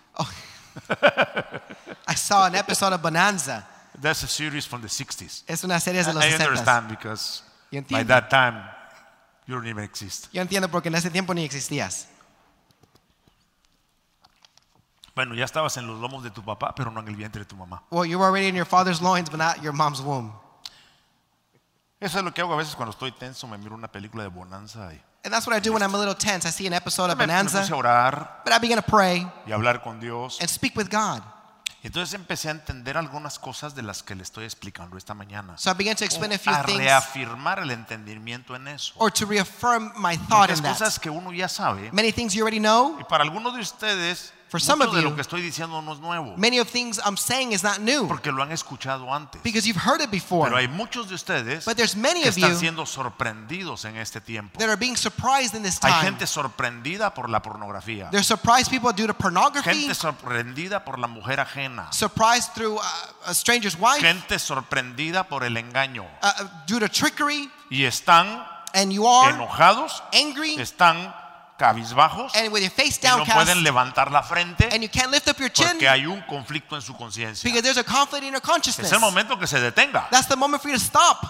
Speaker 2: I saw an episode of Bonanza.
Speaker 1: That's a series from the 60s.
Speaker 2: Es una serie de los
Speaker 1: I
Speaker 2: 60.
Speaker 1: understand because
Speaker 2: Yo
Speaker 1: by
Speaker 2: entiendo.
Speaker 1: that time you don't even exist.
Speaker 2: Yo entiendo porque en ese tiempo ni existías.
Speaker 1: Bueno, ya estabas en los lomos de tu papá, pero no en el vientre de tu mamá.
Speaker 2: Well, you were already in your father's loins, but not your mom's womb.
Speaker 1: Eso es lo que hago a veces cuando estoy tenso, me miro una película de bonanza y
Speaker 2: And that's what I do when I'm a little tense. I see an episode of
Speaker 1: me, me puse a
Speaker 2: Bonanza,
Speaker 1: orar
Speaker 2: but I began to pray
Speaker 1: y hablar con Dios.
Speaker 2: and speak with God.
Speaker 1: Entonces empecé a entender algunas cosas de las que le estoy explicando esta mañana.
Speaker 2: So I began to explain a few
Speaker 1: A
Speaker 2: things
Speaker 1: reafirmar el entendimiento en eso.
Speaker 2: or to reaffirm my thought
Speaker 1: Muchas
Speaker 2: in that.
Speaker 1: cosas que uno ya sabe.
Speaker 2: Many things you already know.
Speaker 1: Y para algunos de ustedes,
Speaker 2: For some
Speaker 1: mucho
Speaker 2: of
Speaker 1: de lo
Speaker 2: you,
Speaker 1: que estoy diciendo no es nuevo,
Speaker 2: Many of things I'm saying is not new
Speaker 1: porque lo han escuchado antes.
Speaker 2: because you've heard it
Speaker 1: Pero
Speaker 2: before.
Speaker 1: hay muchos de ustedes
Speaker 2: But there's many
Speaker 1: que
Speaker 2: of
Speaker 1: están
Speaker 2: you
Speaker 1: siendo sorprendidos en este tiempo.
Speaker 2: that are being surprised in this
Speaker 1: Hay
Speaker 2: time.
Speaker 1: gente sorprendida por la pornografía.
Speaker 2: They're surprised people due to pornography,
Speaker 1: Gente sorprendida por la mujer ajena.
Speaker 2: surprised through uh, a stranger's wife, uh,
Speaker 1: Gente sorprendida por el engaño.
Speaker 2: uh, due to trickery,
Speaker 1: Y están
Speaker 2: and you are
Speaker 1: enojados,
Speaker 2: angry
Speaker 1: están cabizbajos
Speaker 2: and with your face
Speaker 1: y no pueden
Speaker 2: downcast
Speaker 1: levantar la frente
Speaker 2: and you can't lift up your chin
Speaker 1: porque hay un conflicto en su conciencia.
Speaker 2: because there's a conflict in your
Speaker 1: Es
Speaker 2: consciousness.
Speaker 1: el momento que se detenga.
Speaker 2: That's the moment for you to stop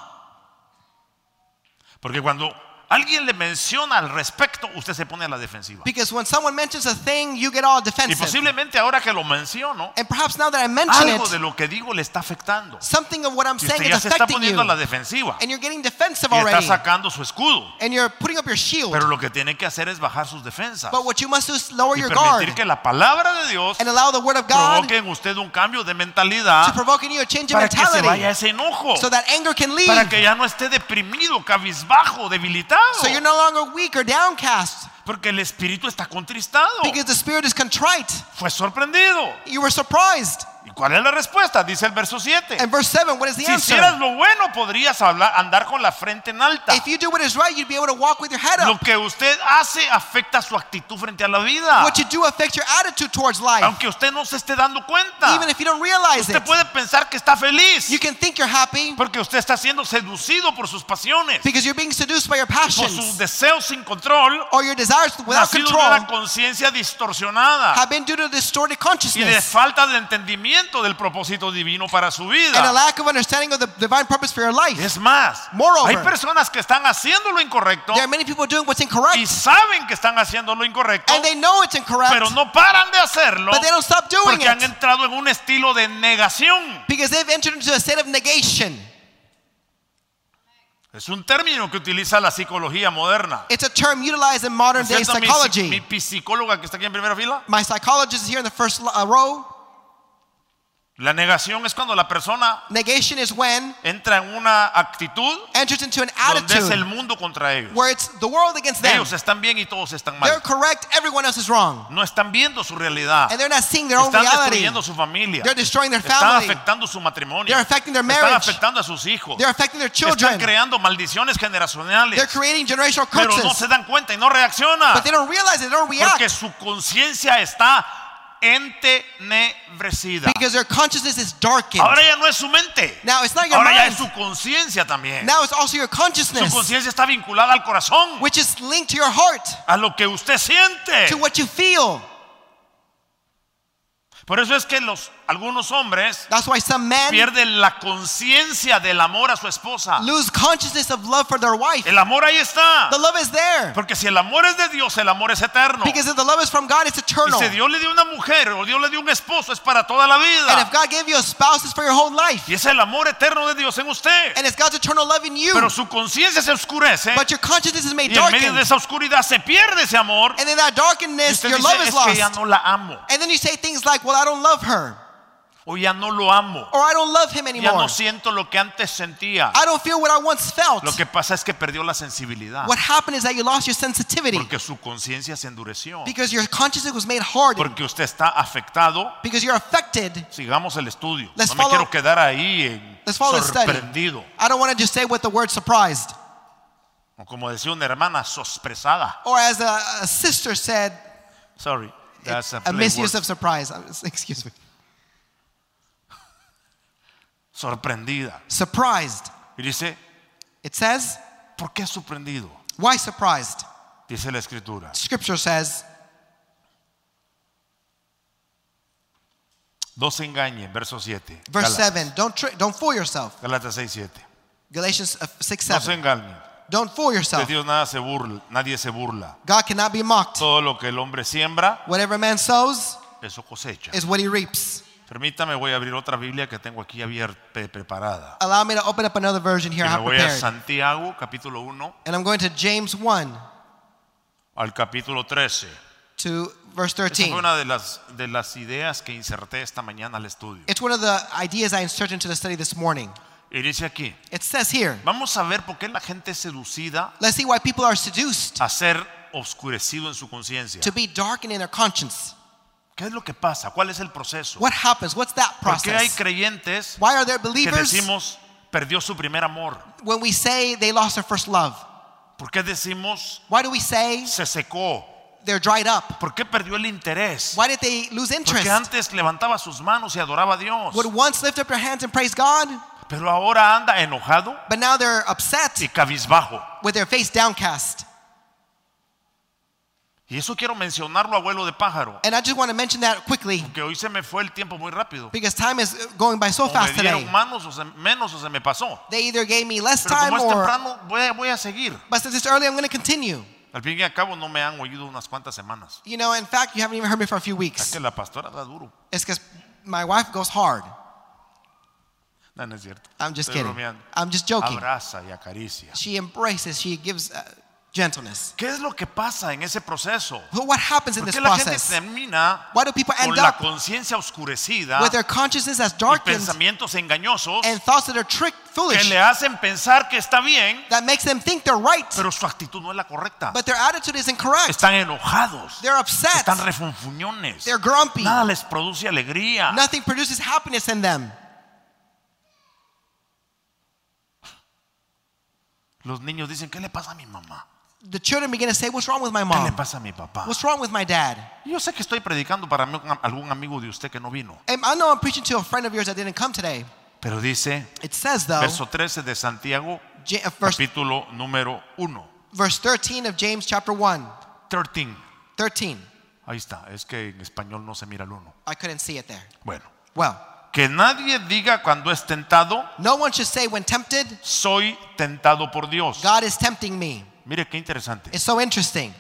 Speaker 1: Porque cuando alguien le menciona al respecto, usted se pone a la defensiva.
Speaker 2: Because when someone mentions a thing, you get all
Speaker 1: Y
Speaker 2: defensive.
Speaker 1: posiblemente ahora que lo menciono,
Speaker 2: And perhaps now that I mention
Speaker 1: algo de
Speaker 2: it,
Speaker 1: lo que digo le está afectando.
Speaker 2: something of what I'm
Speaker 1: Y usted
Speaker 2: saying
Speaker 1: ya
Speaker 2: is
Speaker 1: se está
Speaker 2: affecting
Speaker 1: poniendo a la
Speaker 2: you.
Speaker 1: defensiva
Speaker 2: And you're getting defensive
Speaker 1: y está
Speaker 2: already.
Speaker 1: sacando su escudo.
Speaker 2: And you're putting up your shield.
Speaker 1: Pero lo que tiene que hacer es bajar sus defensas
Speaker 2: But what you must do is lower
Speaker 1: y
Speaker 2: your guard
Speaker 1: permitir que la palabra de Dios
Speaker 2: and allow the word of God
Speaker 1: provoque en usted un cambio de
Speaker 2: to
Speaker 1: mentalidad
Speaker 2: provoke in you a change of
Speaker 1: para que se vaya
Speaker 2: mentality
Speaker 1: ese enojo,
Speaker 2: so that anger can
Speaker 1: para
Speaker 2: leave.
Speaker 1: que ya no esté deprimido, cabizbajo, debilitado,
Speaker 2: So you're no longer weak or downcast
Speaker 1: porque el espíritu está contristado,
Speaker 2: because the spirit is contrite.
Speaker 1: fue sorprendido.
Speaker 2: You were surprised.
Speaker 1: ¿Y cuál es la respuesta? Dice el verso 7.
Speaker 2: And verse 7, what is the
Speaker 1: Si
Speaker 2: answer?
Speaker 1: hicieras lo bueno, podrías hablar- andar con la frente en alta.
Speaker 2: If you do what is right, you'd be able to walk with your head
Speaker 1: Lo
Speaker 2: up.
Speaker 1: que usted hace afecta su actitud frente a la vida.
Speaker 2: What you do affects your attitude towards life,
Speaker 1: Aunque usted no se esté dando cuenta.
Speaker 2: even if you don't realize it.
Speaker 1: Usted puede pensar que está feliz.
Speaker 2: You can think you're happy
Speaker 1: Porque usted está siendo seducido por sus pasiones,
Speaker 2: because you're being seduced by your
Speaker 1: por sus
Speaker 2: passions
Speaker 1: deseos sin control,
Speaker 2: or your desires without
Speaker 1: nacido de
Speaker 2: control
Speaker 1: una conciencia distorsionada
Speaker 2: have been due to distorted
Speaker 1: y de
Speaker 2: consciousness
Speaker 1: falta de entendimiento del propósito divino para su
Speaker 2: and a
Speaker 1: vida.
Speaker 2: lack of understanding of the divine purpose for your life.
Speaker 1: Es más,
Speaker 2: Moreover,
Speaker 1: hay personas que están haciendo lo incorrecto
Speaker 2: There are many people doing what's
Speaker 1: y
Speaker 2: incorrect
Speaker 1: saben que están haciendo lo incorrecto,
Speaker 2: and they know it's incorrect,
Speaker 1: pero no paran de hacerlo
Speaker 2: but they don't stop doing
Speaker 1: porque han
Speaker 2: it
Speaker 1: entrado en un estilo de negación.
Speaker 2: because they've entered into a state of negation.
Speaker 1: Es un término que utiliza la psicología moderna.
Speaker 2: It's a term utilized in modern day
Speaker 1: ¿Cierto? Mi psi-
Speaker 2: psychology.
Speaker 1: mi psicóloga que está aquí en primera fila.
Speaker 2: My psychologist is here in the first lo- uh, row.
Speaker 1: La negación es cuando la persona
Speaker 2: Negation is when
Speaker 1: entra en una actitud
Speaker 2: enters into an
Speaker 1: donde es el
Speaker 2: attitude
Speaker 1: mundo contra ellos.
Speaker 2: where it's the world against them.
Speaker 1: Ellos están bien y todos están
Speaker 2: They're
Speaker 1: mal.
Speaker 2: correct, everyone else is wrong.
Speaker 1: No están viendo su realidad.
Speaker 2: And they're not seeing their own
Speaker 1: Están
Speaker 2: reality.
Speaker 1: destruyendo su familia.
Speaker 2: They're destroying their
Speaker 1: Están
Speaker 2: family.
Speaker 1: afectando su matrimonio.
Speaker 2: They're affecting their
Speaker 1: Están
Speaker 2: marriage.
Speaker 1: afectando a sus hijos.
Speaker 2: They're affecting their
Speaker 1: Están
Speaker 2: children.
Speaker 1: creando maldiciones
Speaker 2: They're
Speaker 1: generacionales.
Speaker 2: creating generational
Speaker 1: Pero no se
Speaker 2: curses.
Speaker 1: dan cuenta y no reaccionan.
Speaker 2: But they don't realize it, they don't
Speaker 1: Porque
Speaker 2: react
Speaker 1: su conciencia está entenebrecida.
Speaker 2: because their consciousness is darkened.
Speaker 1: Ahora ya no es su mente.
Speaker 2: Now it's not your
Speaker 1: Ahora ya es
Speaker 2: mind,
Speaker 1: su conciencia también.
Speaker 2: now it's also your
Speaker 1: Su
Speaker 2: consciousness,
Speaker 1: conciencia está vinculada al corazón,
Speaker 2: which is linked to your heart,
Speaker 1: a lo que usted siente.
Speaker 2: to what you feel.
Speaker 1: Por eso es que los algunos hombres
Speaker 2: That's why some men
Speaker 1: pierden la conciencia del amor a su esposa.
Speaker 2: lose consciousness of love for their wife.
Speaker 1: El amor ahí está.
Speaker 2: The love is there
Speaker 1: Porque si el amor es de Dios, el amor es eterno. Y
Speaker 2: because if the love is from God, it's eternal.
Speaker 1: si Dios le dio una mujer o Dios le dio un esposo, es para toda la
Speaker 2: And if
Speaker 1: vida.
Speaker 2: God gave you a spouse, it's for your whole life.
Speaker 1: Y es el amor eterno de Dios en usted.
Speaker 2: And it's God's eternal love in you.
Speaker 1: Pero su conciencia se oscurece
Speaker 2: But your consciousness is made
Speaker 1: y en medio de
Speaker 2: darkened.
Speaker 1: esa oscuridad se pierde ese amor.
Speaker 2: And in that
Speaker 1: Y
Speaker 2: darkness,
Speaker 1: usted
Speaker 2: your love
Speaker 1: dice,
Speaker 2: is
Speaker 1: es que ya
Speaker 2: lost.
Speaker 1: no la amo,
Speaker 2: And then you say things like, Well, I don't love her.
Speaker 1: o ya no lo amo,
Speaker 2: Or I don't love him
Speaker 1: ya
Speaker 2: anymore.
Speaker 1: no siento lo que antes sentía.
Speaker 2: I don't feel what I once felt.
Speaker 1: Lo que pasa es que perdió la sensibilidad.
Speaker 2: What happened is that you lost your sensitivity
Speaker 1: Porque su conciencia se endureció.
Speaker 2: because your consciousness was made hardened
Speaker 1: Porque usted está afectado.
Speaker 2: because you're affected.
Speaker 1: Sigamos el estudio.
Speaker 2: Let's
Speaker 1: No me
Speaker 2: follow-
Speaker 1: quiero quedar ahí en
Speaker 2: Let's follow the study.
Speaker 1: sorprendido.
Speaker 2: I don't want to just say with the word surprised.
Speaker 1: O como decía una hermana, sospresada.
Speaker 2: Or as a, a sister said,
Speaker 1: Sorry. That's a
Speaker 2: Eh, a
Speaker 1: play
Speaker 2: misuse
Speaker 1: word.
Speaker 2: of surprise. Uh, Excuse me.
Speaker 1: Sorprendida.
Speaker 2: Surprised.
Speaker 1: Y dice,
Speaker 2: It says,
Speaker 1: ¿por qué sorprendido?
Speaker 2: Why surprised?
Speaker 1: Dice la escritura.
Speaker 2: Scripture says,
Speaker 1: No se engañen, verso 7.
Speaker 2: verse 7, don't, tri- don't fool yourself.
Speaker 1: Galatas 6, 7.
Speaker 2: Galatians uh, 6
Speaker 1: No se
Speaker 2: 7.
Speaker 1: engañen.
Speaker 2: Don't fool
Speaker 1: De
Speaker 2: yourself.
Speaker 1: Dios nada se burla, nadie se burla.
Speaker 2: God cannot be mocked.
Speaker 1: Todo lo que el hombre siembra,
Speaker 2: Whatever man sows
Speaker 1: eso cosecha.
Speaker 2: is what he reaps.
Speaker 1: Permítame, voy a abrir otra Biblia que tengo aquí abierta, preparada.
Speaker 2: Allow me to open up another version
Speaker 1: Y
Speaker 2: here I
Speaker 1: me
Speaker 2: have
Speaker 1: voy a
Speaker 2: prepared.
Speaker 1: Santiago, capítulo 1,
Speaker 2: And I'm going to James 1
Speaker 1: al capítulo 13.
Speaker 2: to verse
Speaker 1: Esa fue
Speaker 2: 13.
Speaker 1: una de las, de las ideas que inserté esta mañana al estudio.
Speaker 2: It's one of the ideas I inserted into the study this morning.
Speaker 1: Y dice aquí,
Speaker 2: It says here,
Speaker 1: vamos a ver por qué la gente es seducida
Speaker 2: let's see why people are seduced
Speaker 1: a ser oscurecido en su conciencia.
Speaker 2: to be darkened in their conscience.
Speaker 1: ¿Qué es lo que pasa? ¿Cuál es el proceso?
Speaker 2: What happens? What's that
Speaker 1: ¿Por qué hay
Speaker 2: process?
Speaker 1: creyentes
Speaker 2: Why are there
Speaker 1: que
Speaker 2: believers
Speaker 1: decimos perdió su primer amor?
Speaker 2: when we say they lost their first love?
Speaker 1: ¿Por qué decimos
Speaker 2: Why do we say
Speaker 1: se secó?
Speaker 2: they're dried up?
Speaker 1: ¿Por qué perdió el interés?
Speaker 2: Why did they lose
Speaker 1: Porque
Speaker 2: interest?
Speaker 1: antes levantaba sus manos y adoraba a Dios,
Speaker 2: Would once lift up their hands and praise God,
Speaker 1: pero ahora anda enojado
Speaker 2: but now they're upset
Speaker 1: y cabizbajo.
Speaker 2: with their face downcast.
Speaker 1: Y eso quiero mencionarlo, abuelo de pájaro,
Speaker 2: And I just want to mention that quickly
Speaker 1: que hoy se me fue el tiempo muy rápido.
Speaker 2: because time is going by so
Speaker 1: O me
Speaker 2: fast today.
Speaker 1: dieron manos o se- menos o se me pasó.
Speaker 2: They either gave me less
Speaker 1: Pero como
Speaker 2: time
Speaker 1: es
Speaker 2: or.
Speaker 1: temprano, voy a, voy a seguir.
Speaker 2: But since it's early, I'm going to continue.
Speaker 1: Al fin y al cabo, no me han oído unas cuantas semanas.
Speaker 2: You know, in fact, you haven't even heard me for a few
Speaker 1: Es
Speaker 2: weeks.
Speaker 1: que la pastora da duro.
Speaker 2: It's because my wife goes hard.
Speaker 1: No, no es cierto.
Speaker 2: I'm just
Speaker 1: Estoy
Speaker 2: kidding.
Speaker 1: bromeando.
Speaker 2: I'm just joking.
Speaker 1: Abraza y acaricia.
Speaker 2: She embraces, she gives uh, gentleness.
Speaker 1: ¿Qué es lo que pasa en ese proceso?
Speaker 2: But what happens in
Speaker 1: ¿Por
Speaker 2: this
Speaker 1: qué la gente
Speaker 2: process?
Speaker 1: termina
Speaker 2: Why do people
Speaker 1: con
Speaker 2: end
Speaker 1: la
Speaker 2: up
Speaker 1: conciencia oscurecida
Speaker 2: with their consciousness as
Speaker 1: y
Speaker 2: darkened
Speaker 1: pensamientos engañosos
Speaker 2: and thoughts that are trick
Speaker 1: que
Speaker 2: foolish
Speaker 1: le hacen pensar que está bien,
Speaker 2: that makes them think they're right,
Speaker 1: pero su actitud no es la correcta?
Speaker 2: but their attitude is incorrect.
Speaker 1: Están enojados,
Speaker 2: They're upset.
Speaker 1: están refunfuñones,
Speaker 2: They're grumpy.
Speaker 1: nada les produce alegría.
Speaker 2: Nothing produces happiness in them.
Speaker 1: Los niños dicen, ¿qué le pasa a mi mamá?
Speaker 2: The children begin to say, What's wrong with my
Speaker 1: ¿Qué le
Speaker 2: mom?
Speaker 1: pasa a mi papá?
Speaker 2: What's wrong with my dad?
Speaker 1: Yo sé que estoy predicando para mí- algún amigo de usted que no vino,
Speaker 2: And I know I'm preaching to a friend of yours that didn't come today.
Speaker 1: pero dice,
Speaker 2: It says, though,
Speaker 1: verso 13 de Santiago,
Speaker 2: Ja- uh, verse,
Speaker 1: capítulo número 1.
Speaker 2: verse 13 of James chapter 1,
Speaker 1: 13.
Speaker 2: 13.
Speaker 1: Ahí está, es que en español no se mira el 1.
Speaker 2: I couldn't see it there.
Speaker 1: Bueno,
Speaker 2: Well,
Speaker 1: que nadie diga cuando es tentado,
Speaker 2: no one should say, When tempted,
Speaker 1: soy tentado por Dios.
Speaker 2: God is tempting me.
Speaker 1: Mire qué interesante.
Speaker 2: It's so interesting.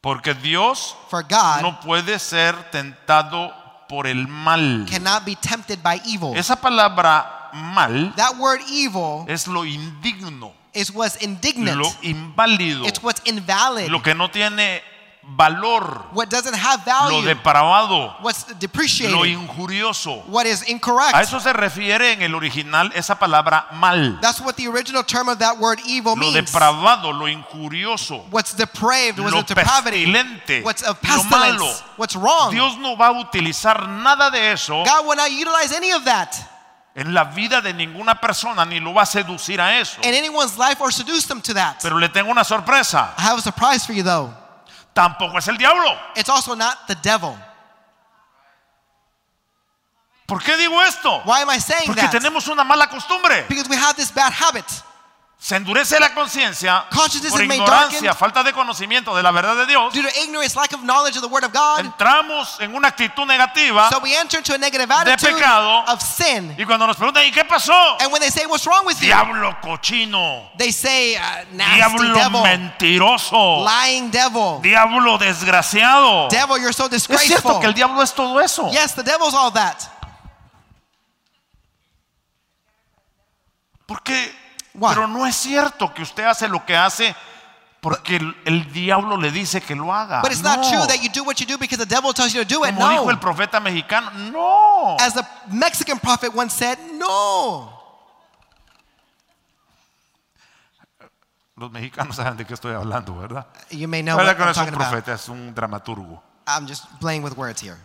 Speaker 1: Porque Dios
Speaker 2: For God
Speaker 1: no puede ser tentado por el mal.
Speaker 2: cannot be tempted by evil.
Speaker 1: Esa palabra mal
Speaker 2: that word evil
Speaker 1: es lo indigno,
Speaker 2: is what's indignant.
Speaker 1: lo inválido,
Speaker 2: It's what's invalid.
Speaker 1: lo que no tiene valor,
Speaker 2: what doesn't have
Speaker 1: lo
Speaker 2: value.
Speaker 1: depravado,
Speaker 2: what's depreciated.
Speaker 1: lo injurioso.
Speaker 2: what is incorrect.
Speaker 1: A eso se refiere en el original esa palabra mal,
Speaker 2: That's what the original term of that word evil
Speaker 1: lo
Speaker 2: means.
Speaker 1: depravado, lo injurioso.
Speaker 2: What's depraved, what's
Speaker 1: Lo
Speaker 2: of depravity,
Speaker 1: pestilente,
Speaker 2: what's of
Speaker 1: lo
Speaker 2: pestilence,
Speaker 1: malo.
Speaker 2: what's wrong.
Speaker 1: Dios no va a utilizar nada de eso
Speaker 2: God will not utilize any of that
Speaker 1: en la vida de ninguna persona ni lo va a seducir a eso.
Speaker 2: in anyone's life or seduce them to that.
Speaker 1: Pero le tengo una sorpresa.
Speaker 2: I have a surprise for you though.
Speaker 1: Tampoco es el diablo.
Speaker 2: It's also not the devil.
Speaker 1: ¿Por qué digo esto?
Speaker 2: Why am I saying
Speaker 1: Porque
Speaker 2: that?
Speaker 1: tenemos una mala costumbre.
Speaker 2: Because we have this bad habit.
Speaker 1: Se endurece la conciencia
Speaker 2: Consciousness
Speaker 1: por
Speaker 2: is made
Speaker 1: ignorancia,
Speaker 2: darkened.
Speaker 1: falta de conocimiento de la verdad de Dios.
Speaker 2: Due to ignorance, lack of knowledge of the Word of God,
Speaker 1: Entramos en una actitud negativa
Speaker 2: so we enter into a negative attitude
Speaker 1: pecado.
Speaker 2: of sin.
Speaker 1: y cuando nos preguntan, ¿y qué pasó?
Speaker 2: And when they say, What's wrong with you?
Speaker 1: Diablo cochino,
Speaker 2: They say, uh, Nasty
Speaker 1: diablo
Speaker 2: devil,
Speaker 1: mentiroso,
Speaker 2: lying devil,
Speaker 1: diablo desgraciado.
Speaker 2: devil, you're so
Speaker 1: Es cierto
Speaker 2: disgraceful.
Speaker 1: que el diablo es todo eso.
Speaker 2: Yes, the devil's all that.
Speaker 1: Ah, Porque,
Speaker 2: Why?
Speaker 1: pero no es cierto que usted hace lo que hace porque el, el diablo le dice que lo haga.
Speaker 2: But it's
Speaker 1: No.
Speaker 2: not true that you do what you do because the devil tells you to do it.
Speaker 1: Como dijo el
Speaker 2: No.
Speaker 1: profeta mexicano, no.
Speaker 2: As the Mexican prophet once said, no.
Speaker 1: Los mexicanos saben de qué estoy hablando, ¿verdad?
Speaker 2: You may know
Speaker 1: ¿Verdad
Speaker 2: what
Speaker 1: que no
Speaker 2: I'm
Speaker 1: es un
Speaker 2: talking about.
Speaker 1: profeta, es un dramaturgo?
Speaker 2: I'm just playing with words here.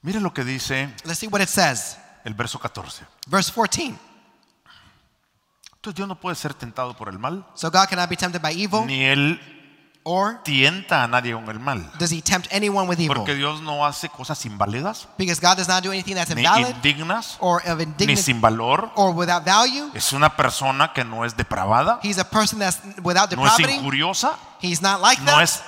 Speaker 1: Mire lo que dice
Speaker 2: Let's see what it says.
Speaker 1: el verso 14.
Speaker 2: Verse 14.
Speaker 1: Entonces Dios no puede ser tentado por el mal,
Speaker 2: So God cannot be tempted by evil,
Speaker 1: ni él
Speaker 2: or
Speaker 1: tienta a nadie con el mal.
Speaker 2: does he tempt anyone with evil?
Speaker 1: Porque Dios no hace cosas inválidas,
Speaker 2: Because God does not do anything that's
Speaker 1: ni
Speaker 2: invalid,
Speaker 1: indignas,
Speaker 2: or of
Speaker 1: ni
Speaker 2: indignant,
Speaker 1: sin valor.
Speaker 2: or without value.
Speaker 1: Es una persona que no es depravada,
Speaker 2: He's a person that's without
Speaker 1: no es
Speaker 2: depravity.
Speaker 1: injuriosa,
Speaker 2: He's not like
Speaker 1: no
Speaker 2: that.
Speaker 1: es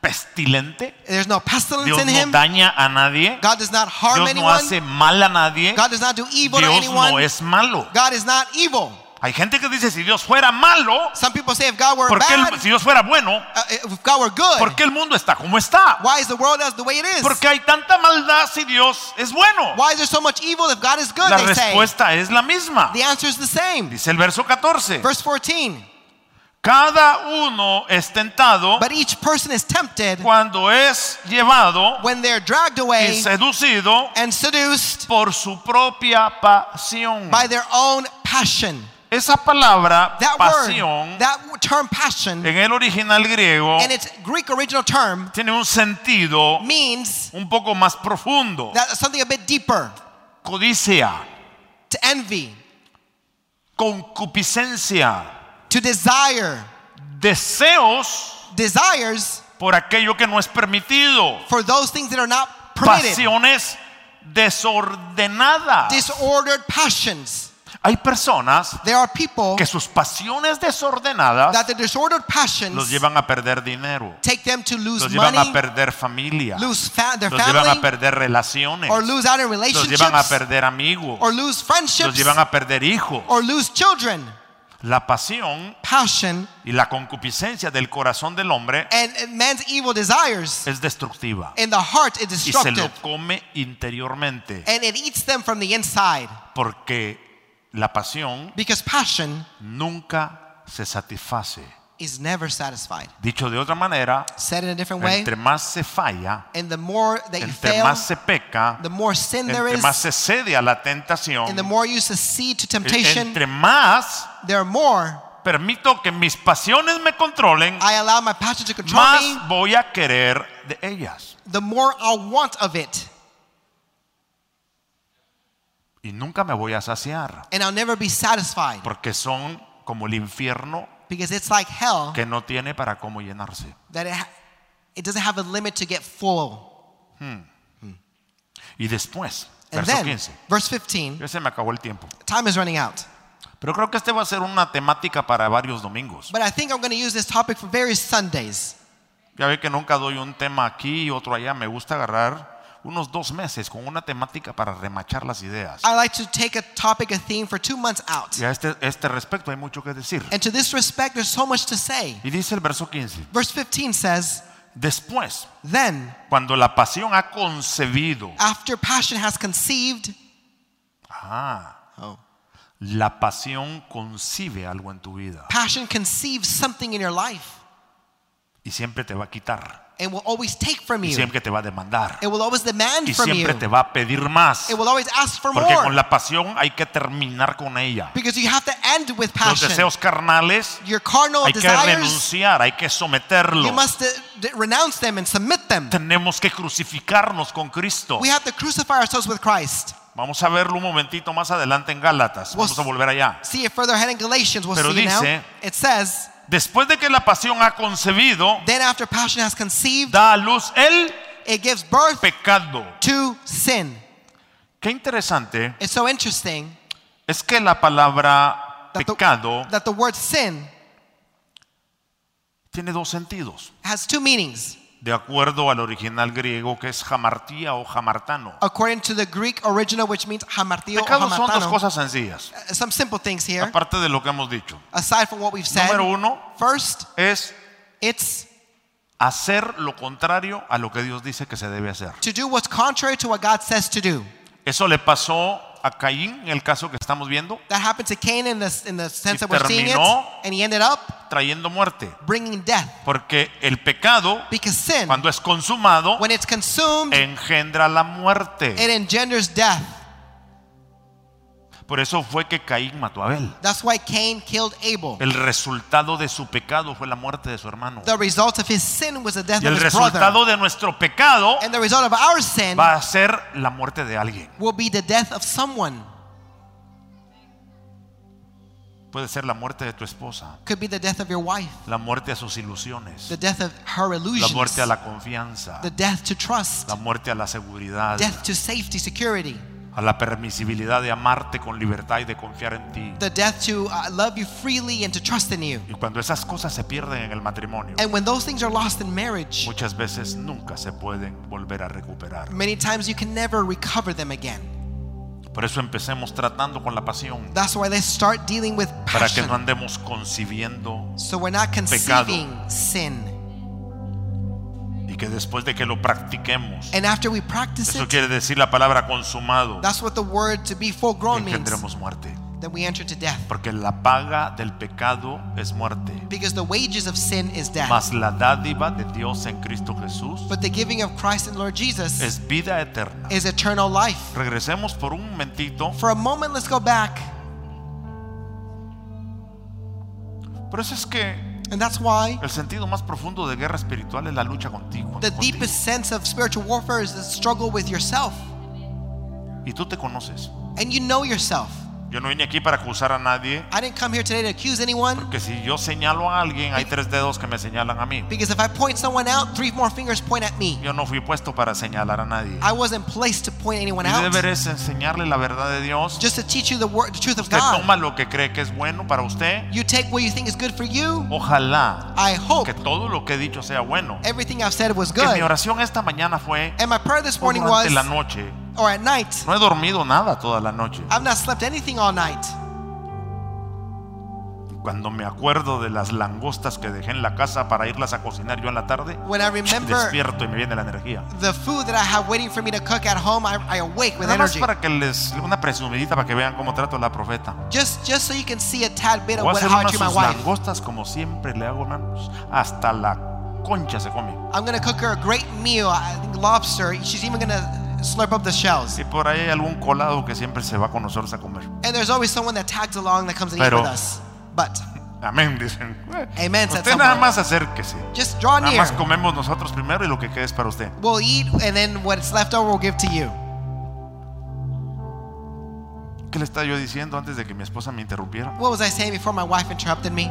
Speaker 1: pestilente.
Speaker 2: There's no pestilence
Speaker 1: Dios
Speaker 2: in
Speaker 1: no
Speaker 2: him.
Speaker 1: daña a nadie.
Speaker 2: God does not harm
Speaker 1: Dios no
Speaker 2: anyone.
Speaker 1: hace mal a nadie.
Speaker 2: God does not do evil to
Speaker 1: Dios no
Speaker 2: anyone.
Speaker 1: es malo.
Speaker 2: God is not evil.
Speaker 1: Hay gente que dice si Dios fuera malo,
Speaker 2: Some people say if God were
Speaker 1: ¿por qué el-
Speaker 2: bad,
Speaker 1: si Dios fuera bueno,
Speaker 2: uh, if God were good,
Speaker 1: ¿por qué el mundo está como está?
Speaker 2: why is the world as the way it is?
Speaker 1: ¿Por qué hay tanta maldad si Dios es bueno?
Speaker 2: Why is there so much evil if God is good?
Speaker 1: La
Speaker 2: they say.
Speaker 1: respuesta es la misma.
Speaker 2: The answer is the same.
Speaker 1: Dice el verso 14.
Speaker 2: Verse 14.
Speaker 1: Cada uno es tentado
Speaker 2: But each person is tempted
Speaker 1: cuando es llevado
Speaker 2: when they're dragged
Speaker 1: y
Speaker 2: away
Speaker 1: seducido
Speaker 2: and seduced
Speaker 1: por su propia pasión.
Speaker 2: by their own passion.
Speaker 1: Esa palabra
Speaker 2: That
Speaker 1: pasión
Speaker 2: word, that w- term passion,
Speaker 1: en el original griego
Speaker 2: in its Greek original term,
Speaker 1: tiene un sentido
Speaker 2: means
Speaker 1: un poco más profundo.
Speaker 2: that something a bit deeper,
Speaker 1: Codicia,
Speaker 2: to envy,
Speaker 1: concupiscencia,
Speaker 2: to desire,
Speaker 1: deseos
Speaker 2: desires
Speaker 1: por aquello que no es permitido,
Speaker 2: for those things that are not permitted.
Speaker 1: pasiones desordenadas.
Speaker 2: disordered passions.
Speaker 1: Hay personas
Speaker 2: There are people
Speaker 1: que sus pasiones desordenadas
Speaker 2: that the disordered
Speaker 1: los
Speaker 2: passions
Speaker 1: llevan a perder dinero,
Speaker 2: take them to lose
Speaker 1: los llevan a
Speaker 2: money,
Speaker 1: perder familia, los
Speaker 2: lose fa- their
Speaker 1: llevan a
Speaker 2: family,
Speaker 1: perder relaciones,
Speaker 2: or lose out in
Speaker 1: los llevan a
Speaker 2: relationships,
Speaker 1: perder amigos,
Speaker 2: or lose
Speaker 1: los
Speaker 2: friendships,
Speaker 1: llevan a perder hijos.
Speaker 2: or lose children.
Speaker 1: La pasión
Speaker 2: Passion
Speaker 1: y la concupiscencia del corazón del hombre
Speaker 2: and and man's evil desires
Speaker 1: es destructiva
Speaker 2: in the heart is
Speaker 1: y se
Speaker 2: destructive,
Speaker 1: lo come interiormente
Speaker 2: and it eats them from the inside
Speaker 1: porque la pasión
Speaker 2: because passion
Speaker 1: nunca se satisface.
Speaker 2: is never satisfied.
Speaker 1: Dicho de otra manera,
Speaker 2: Said in a different way,
Speaker 1: entre más se falla,
Speaker 2: and the more that you
Speaker 1: entre
Speaker 2: fail,
Speaker 1: más se peca,
Speaker 2: the more sin there
Speaker 1: entre
Speaker 2: is,
Speaker 1: más se cede a la tentación,
Speaker 2: and the more you succeed to temptation,
Speaker 1: entre más
Speaker 2: there are more.
Speaker 1: permito que mis pasiones me controlen,
Speaker 2: I allow my passion to control Ah, me,
Speaker 1: más voy a querer de ellas.
Speaker 2: the more I'll want of it,
Speaker 1: Y nunca me voy a saciar,
Speaker 2: and I'll never be satisfied
Speaker 1: porque son como el infierno
Speaker 2: because it's like hell
Speaker 1: que no tiene para cómo llenarse.
Speaker 2: that it, ha- it doesn't have a limit to get full.
Speaker 1: Y después,
Speaker 2: And
Speaker 1: verso
Speaker 2: then,
Speaker 1: 15,
Speaker 2: verse 15,
Speaker 1: ya se me acabó el tiempo.
Speaker 2: time is running out.
Speaker 1: Pero creo que este va a ser una temática para varios domingos.
Speaker 2: But I think I'm going to use this topic for various Sundays.
Speaker 1: Ya ve que nunca doy un tema aquí y otro allá. Me gusta agarrar unos dos meses con una temática para remachar las ideas.
Speaker 2: I like to take a topic, a theme for two months out.
Speaker 1: Y a este, este respecto hay mucho que decir.
Speaker 2: And to this respect, there's so much to say.
Speaker 1: Y dice el verso 15.
Speaker 2: Verse 15 says,
Speaker 1: Después,
Speaker 2: Then,
Speaker 1: cuando la pasión ha concebido,
Speaker 2: after passion has conceived,
Speaker 1: ah,
Speaker 2: oh.
Speaker 1: la pasión concibe algo en tu vida
Speaker 2: passion conceives something in your life
Speaker 1: y siempre te va a quitar,
Speaker 2: and will always take from
Speaker 1: y
Speaker 2: you.
Speaker 1: siempre te va a demandar,
Speaker 2: It will always demand
Speaker 1: y
Speaker 2: from you.
Speaker 1: siempre te va a pedir más.
Speaker 2: It will always ask for
Speaker 1: Porque
Speaker 2: more.
Speaker 1: con la pasión hay que terminar con ella.
Speaker 2: Because you have to end with
Speaker 1: Los
Speaker 2: passion.
Speaker 1: deseos carnales
Speaker 2: Your carnal
Speaker 1: hay que
Speaker 2: desires,
Speaker 1: renunciar, hay que
Speaker 2: you
Speaker 1: someterlos.
Speaker 2: must uh, d- renounce them and submit them.
Speaker 1: Tenemos que crucificarnos con Cristo.
Speaker 2: We have to crucify ourselves with Christ.
Speaker 1: Vamos a verlo un momentito más adelante en Gálatas. Vamos a volver allá.
Speaker 2: See it further ahead in Galatians. We'll
Speaker 1: Pero
Speaker 2: see
Speaker 1: dice-
Speaker 2: now. It says,
Speaker 1: Después de que la pasión ha concebido,
Speaker 2: then after passion has conceived,
Speaker 1: da a luz el
Speaker 2: it gives birth
Speaker 1: pecado.
Speaker 2: to sin.
Speaker 1: Qué interesante
Speaker 2: It's so interesting
Speaker 1: es que la palabra
Speaker 2: that the,
Speaker 1: pecado
Speaker 2: that the word sin
Speaker 1: tiene dos sentidos,
Speaker 2: has two meanings
Speaker 1: de acuerdo al original griego que es jamartía o jamartano.
Speaker 2: according to the Greek original, which means hamartio or
Speaker 1: Pecados son dos
Speaker 2: hamartano.
Speaker 1: cosas sencillas,
Speaker 2: Uh, Some simple things here,
Speaker 1: aparte de lo que hemos dicho.
Speaker 2: aside from what we've said.
Speaker 1: Número uno
Speaker 2: First,
Speaker 1: es
Speaker 2: it's
Speaker 1: hacer lo contrario a lo que Dios dice que se debe hacer.
Speaker 2: to do what's contrary to what God says to do.
Speaker 1: Eso le pasó a Caín en el caso que estamos viendo,
Speaker 2: That happened to Cain in the, in the sense
Speaker 1: Y
Speaker 2: that we're seeing it,
Speaker 1: terminó-
Speaker 2: and he ended up
Speaker 1: trayendo muerte.
Speaker 2: bringing death
Speaker 1: Porque el pecado,
Speaker 2: because sin,
Speaker 1: cuando es consumado,
Speaker 2: when it's consumed,
Speaker 1: engendra la muerte.
Speaker 2: it engenders death.
Speaker 1: Por eso fue que Caín mató a Abel.
Speaker 2: That's why Cain killed Abel.
Speaker 1: El resultado de su pecado fue la muerte de su hermano.
Speaker 2: The result of his sin was the death
Speaker 1: Y el
Speaker 2: of his brother,
Speaker 1: resultado de nuestro pecado
Speaker 2: and the result of our sin
Speaker 1: va a ser la muerte de alguien.
Speaker 2: will be the death of someone.
Speaker 1: Puede ser la muerte de tu esposa,
Speaker 2: Could be the death of your wife,
Speaker 1: la muerte a sus ilusiones,
Speaker 2: the death of her
Speaker 1: la
Speaker 2: illusions,
Speaker 1: muerte a la confianza,
Speaker 2: the death to trust,
Speaker 1: la muerte a la seguridad,
Speaker 2: death to safety, security,
Speaker 1: a la permisibilidad de amarte con libertad y de confiar en ti.
Speaker 2: the death to uh, love you freely and to trust in you.
Speaker 1: Y cuando esas cosas se pierden en el matrimonio,
Speaker 2: And when those things are lost in marriage,
Speaker 1: muchas veces nunca se pueden volver a recuperar.
Speaker 2: many times you can never recover them again.
Speaker 1: Por eso empecemos tratando con la pasión,
Speaker 2: That's why let's start dealing with
Speaker 1: para que no
Speaker 2: passion.
Speaker 1: andemos concibiendo
Speaker 2: So we're not conceiving sin.
Speaker 1: y que después de que lo practiquemos,
Speaker 2: And after we practice
Speaker 1: eso
Speaker 2: it,
Speaker 1: quiere decir la palabra consumado,
Speaker 2: that's what the word to be full grown means.
Speaker 1: engendremos muerte.
Speaker 2: Then we enter to death.
Speaker 1: Porque la paga del pecado es muerte,
Speaker 2: Because the wages of sin is death.
Speaker 1: mas la dádiva de Dios en Cristo Jesús
Speaker 2: But the giving of Christ and Lord Jesus
Speaker 1: es vida eterna.
Speaker 2: is eternal life.
Speaker 1: Regresemos por un momentito,
Speaker 2: For a moment, let's go back.
Speaker 1: por eso es que
Speaker 2: And that's why
Speaker 1: El sentido más profundo de guerra espiritual es la lucha contigo.
Speaker 2: the
Speaker 1: contigo.
Speaker 2: deepest sense of spiritual warfare is the struggle with yourself.
Speaker 1: Y tú te conoces.
Speaker 2: And you know yourself.
Speaker 1: Yo no vine aquí para acusar a nadie,
Speaker 2: I didn't come here today to accuse anyone
Speaker 1: porque si yo señalo a alguien, hay tres dedos que me señalan a mí.
Speaker 2: because if I point someone out, three more fingers point at me.
Speaker 1: Yo no fui puesto para señalar a nadie.
Speaker 2: I wasn't placed to point anyone
Speaker 1: Mi deber
Speaker 2: out.
Speaker 1: es enseñarle la verdad de Dios.
Speaker 2: Just to teach you the word, the truth of
Speaker 1: Usted
Speaker 2: God.
Speaker 1: toma lo que cree que es bueno para usted.
Speaker 2: You take what you think is good for you.
Speaker 1: Ojalá
Speaker 2: I hope
Speaker 1: que todo lo que he dicho sea bueno.
Speaker 2: everything I've said was
Speaker 1: Que mi
Speaker 2: good.
Speaker 1: oración esta mañana fue
Speaker 2: And my prayer this morning
Speaker 1: durante
Speaker 2: was,
Speaker 1: la noche.
Speaker 2: or at night,
Speaker 1: No he dormido nada toda la noche.
Speaker 2: I've not slept anything all night.
Speaker 1: Cuando me acuerdo de las langostas que dejé en la casa para irlas a cocinar yo en la tarde,
Speaker 2: When I remember
Speaker 1: despierto y me viene la energía.
Speaker 2: the food that I have waiting for me to cook at home, I, I awake with
Speaker 1: Nada más
Speaker 2: energy.
Speaker 1: para que les una presumidita para que vean cómo trato a la profeta.
Speaker 2: Just, just so you can see a tad bit of
Speaker 1: Voy a
Speaker 2: what,
Speaker 1: hacer
Speaker 2: how I
Speaker 1: unas
Speaker 2: treat my
Speaker 1: sus
Speaker 2: wife.
Speaker 1: langostas como siempre le hago, hermanos. Hasta la concha se come.
Speaker 2: I'm gonna cook her a great meal. I think lobster. She's even gonna slurp up the shells.
Speaker 1: Si por ahí hay algún colado que siempre se va con nosotros a comer.
Speaker 2: And there's always someone that tags along that comes and eats
Speaker 1: Pero-
Speaker 2: with us. But
Speaker 1: Amén, dicen.
Speaker 2: Amen, said
Speaker 1: Usted nada
Speaker 2: someone.
Speaker 1: más acérquese.
Speaker 2: just draw
Speaker 1: Nada
Speaker 2: near.
Speaker 1: más comemos nosotros primero y lo que quede es para usted.
Speaker 2: We'll eat, and then what's left over we'll give to you.
Speaker 1: ¿Qué le estaba yo diciendo antes de que mi esposa me interrumpiera?
Speaker 2: What was I saying before my wife interrupted me?